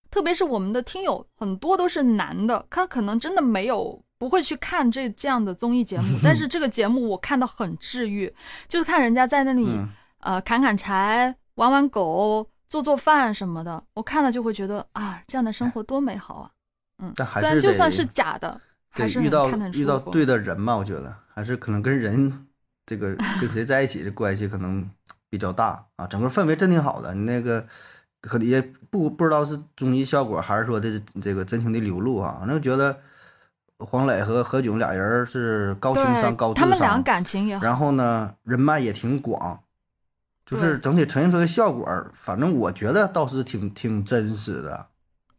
特别是我们的听友很多都是男的，他可能真的没有不会去看这这样的综艺 节目，但是这个节目我看的很治愈，就是看人家在那里、
嗯，
呃砍砍柴、玩玩狗、做做饭什么的，我看了就会觉得啊，这样的生活多美好啊！嗯，
但还
虽然
是
就
得
算是假的，还
对
是
遇
很
到
看得很
遇
舒
到
服
对的人吧，我觉得还是可能跟人这 个跟谁在一起的关系可能比较大啊。整个氛围真挺好的，你那个可能也不不知道是综艺效果还是说这这个真情的流露啊。反正觉得黄磊和何炅俩人是高情商高
对，
智
他
商，
们俩感情也好，
然后呢，人脉也挺广，就是
对
整体呈现出来的效果儿，反正我觉得倒是挺挺真实的。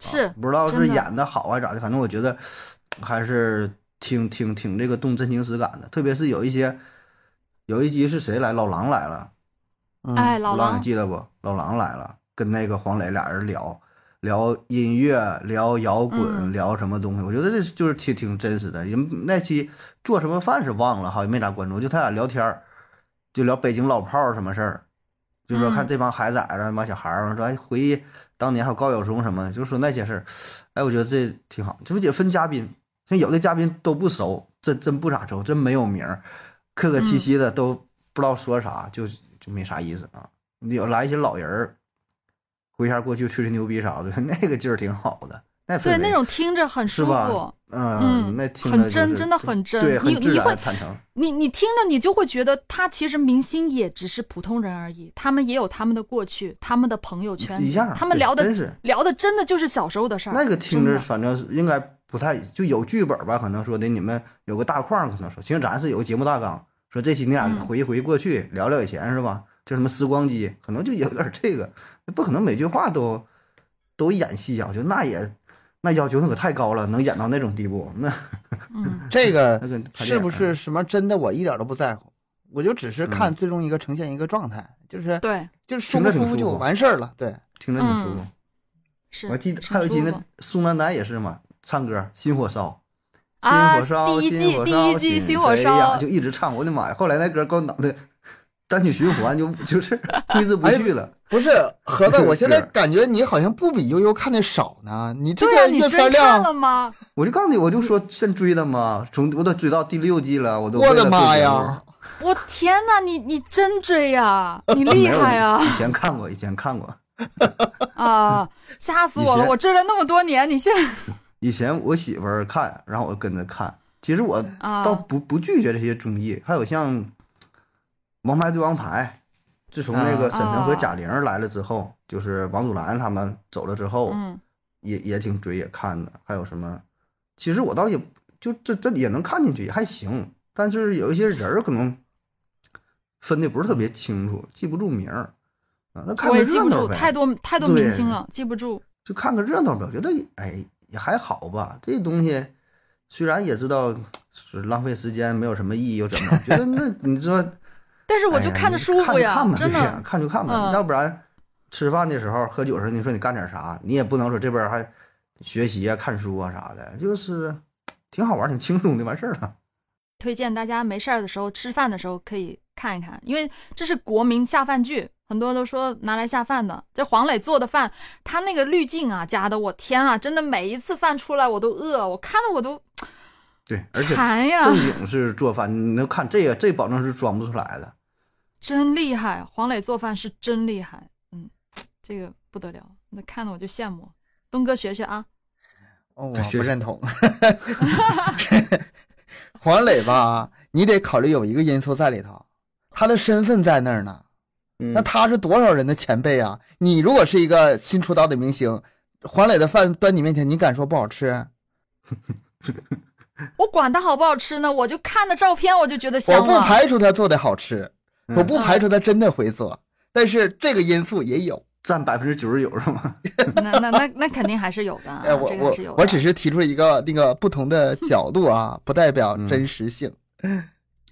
是
不知道是
真的
演的好啊咋的，反正我觉得还是挺挺挺这个动真情实感的。特别是有一些有一集是谁来，老狼来了，
嗯
哎，老
不知道
狼
你记得不？老狼来了，跟那个黄磊俩人聊聊音乐，聊摇滚，
嗯
聊什么东西。我觉得这就是挺挺真实的。人那期做什么饭是忘了，好像没咋关注，就他俩聊天儿，就聊北京老炮儿什么事儿，就说看
嗯
这帮孩子啊，这帮小孩儿说哎回忆当年还有高晓松什么的，就说那些事儿。哎，我觉得这挺好，这不也分嘉宾，像有的嘉宾都不熟，真真不咋熟，真没有名儿，客客
嗯
气气的都不知道说啥，就就没啥意思啊。你有来一些老人儿，回一下过去吹吹牛逼啥的， 那个劲儿挺好的，那氛
对
围
那种听着很
是
舒
吧
服，
嗯，那听着
很
就
真
是
真的很真
对，
你
很自
你会
然坦诚，
你你听着，你就会觉得他其实明星也只是普通人而已，他们也有他们的过去，他们的朋友圈
一
子
样，
他们
对
聊
真
的
是
聊的真的就是小时候的事儿。
那个听
真
着，
的
反正是应该不太就有剧本吧？可能说的你们有个大框，可能说，其实咱是有个节目大纲，说这期你俩
嗯
回忆回忆过去，聊聊以前是吧？就什么时光机，可能就有点这个，不可能每句话都都演戏啊，就那也那要求那可太高了，能演到那种地步，那
嗯，
这个
那嗯跟拍电
是
影
不是什么真的，我一点都不在乎，我就只是看最终一个呈现一个状态，就是
对，
就是舒不舒服就完事儿了。对，
听着挺舒服？
是。
我还记得
挺
还有一
舒
集
服
那宋丹丹也是嘛，唱歌《心火烧》。
啊，
火烧，
第一季
心火
第一
烧
季
心
火
飞呀
烧，
就一直唱，我的妈呀！后来那歌搁脑袋单曲循环就 就是挥之
哎
不去了。
不 是盒子，
是
我现在
是
感觉你好像不比悠悠看的少呢，你这
对呀、
个
你
阅
真
片
看了
量，
吗？
我就告诉你，我就说现追的嘛，从我都追到第六季了，我都
我
为
的
了做
妈
节目啊
呀！！
我天呐，你你真追呀、你厉
没有
害呀、
以前看过，以前看过，
啊！吓死我
以
了！
前
我追了那么多年，你现在
以前我媳妇儿看，然后我跟着看。其实我
啊
倒不不拒绝这些综艺，还有像《王牌对王牌》，自从那个沈
啊
腾和贾玲来了之后，就是王祖蓝他们走了之后，
嗯
也也挺追也看的，还有什么？其实我倒也就这这也能看进去，也还行。但是有一些人儿可能分的不是特别清楚，记不住名儿啊。那看
我
个
也记
热
不
闹
住，
呗，
太多太多明
对
星了，记不住。
就看个热闹呗。我觉得哎也还好吧。这东西虽然也知道是浪费时间，没有什么意义，又怎么？我觉得那你说，
但是我
哎
就
呀
看着
你
舒服呀，
看就看吧，
真
对呀
的。
看就看吧，
嗯
要不然吃饭的时候、喝酒的时候，你说你干点啥，你也不能说这边儿还学习啊、看书啊啥的，就是挺好玩儿、挺轻松的，完事儿了。
推荐大家没事儿的时候吃饭的时候可以看一看，因为这是国民下饭剧，很多都说拿来下饭的。这黄磊做的饭，他那个滤镜啊加的，我天啊，真的每一次饭出来我都饿，我看的我都
对，而且
馋啊呀
正，经是做饭，你能看这个，这保证是装不出来的。
真厉害！黄磊做饭是真厉害，嗯，这个不得了，那看的我就羡慕。东哥学学啊，
哦我
对
不
学
认同。 黄磊吧，你得考虑有一个因素在里头，他的身份在那儿呢。
嗯
那他是多少人的前辈啊？你如果是一个新出道的明星，黄磊的饭端你面前，你敢说不好吃？
我管它好不好吃呢，我就看的照片我就觉得
我
香啊
不
了。
排除他做的好吃，
嗯
我不排除他真的会做，但是这个因素也有。
占百分之九十九是吗？
那那那那肯定还是有的、啊，
哎，我
这个还
我
是有的。
我只是提出一个那个不同的角度啊，不代
嗯
表真实性。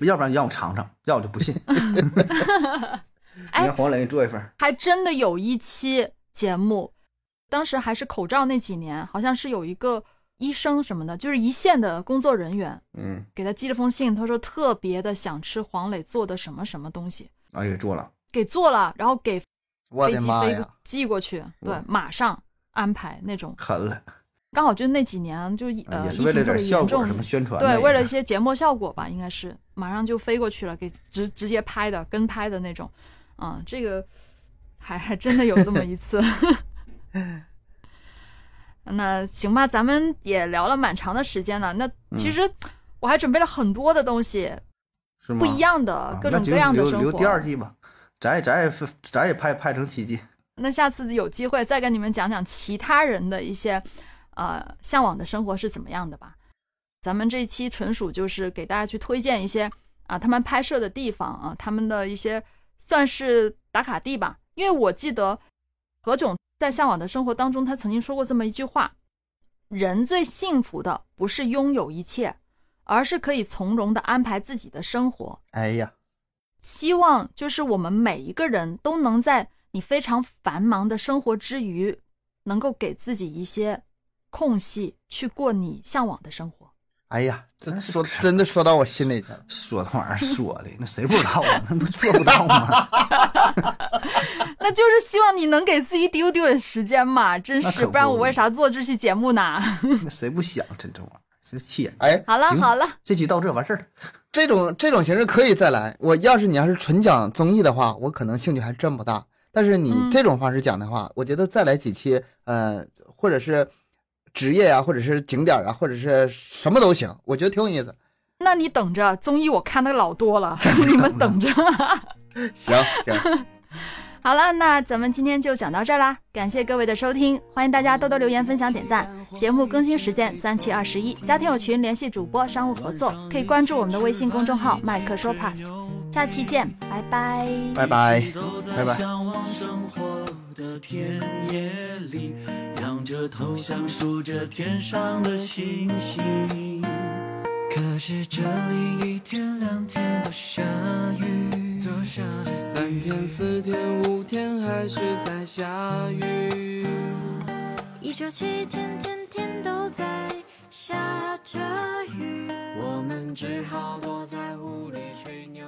要不然你让我尝尝，要我就不信。
哎
你让黄磊给你做一份儿，
还真的有一期节目，当时还是口罩那几年，好像是有一个医生什么的，就是一线的工作人员
嗯，
给他寄了封信，他说特别的想吃黄磊做的什么什么东西，
哎，给做了，
给做了，然后给
我
飞
的
机
妈
飞
呀！
寄过去，对
哇，
马上安排那种。
狠了，
刚好就那几年，就疫
哎
呃
也
疫
是
情
为了
特
点
别
效
严
果
重
什，么宣传的也
对，
是。
为了一些节目效果吧，应该是马上就飞过去了，给直直接拍的跟拍的那种，啊、这个还还真的有这么一次。 那行吧，咱们也聊了蛮长的时间了。那
嗯
其实我还准备了很多的东西，
是吗？
不一样的、
啊
各
那
种
就
各样的
留
生活。
留第二季吧，咱也 咱也咱也拍拍成七季。
那下次有机会再跟你们讲讲其他人的一些，呃，向往的生活是怎么样的吧。咱们这一期纯属就是给大家去推荐一些啊，他们拍摄的地方啊，他们的一些算是打卡地吧。因为我记得何炅在《向往的生活》当中，他曾经说过这么一句话：人最幸福的不是拥有一切，而是可以从容的安排自己的生活。
哎呀，
希望就是我们每一个人都能在你非常繁忙的生活之余，能够给自己一些空隙，去过你向往的生活。
哎呀，真
真是
说真的说到我心里去了。
说那玩意儿说的，那谁不知道啊？那不做不到吗？
那就是希望你能给自己丢丢点时间嘛，真
那
是，
可
不然
不
我为啥做这期节目 呢？
那谁不想真这玩意儿？这气人！
哎，
好了
行
好了，
这期到这完事儿了。
这种这种形式可以再来。我要是你要是纯讲综艺的话，我可能兴趣还真不大。但是你
嗯
这种方式讲的话，我觉得再来几期，呃，或者是职业呀、或者是景点啊，或者是什么都行，我觉得挺有意思。
那你等着，综艺我看的老多 了，你们等着。
行行，
好了，那咱们今天就讲到这儿啦，感谢各位的收听，欢迎大家多多留言、分享、点赞。节目更新时间三七二十一，家庭有群联系主播商务合作，可以关注我们的微信公众号“麦克说 pass”。下期见，拜拜。
拜拜
走
哎拜
在
拜
向往生活的田野里，仰着头想数着天上的星星。可是这里一天两天都下雨，都下着三天四天五天还是在下雨。
一周七天，天天都在下着雨，
我们只好躲在屋里吹牛。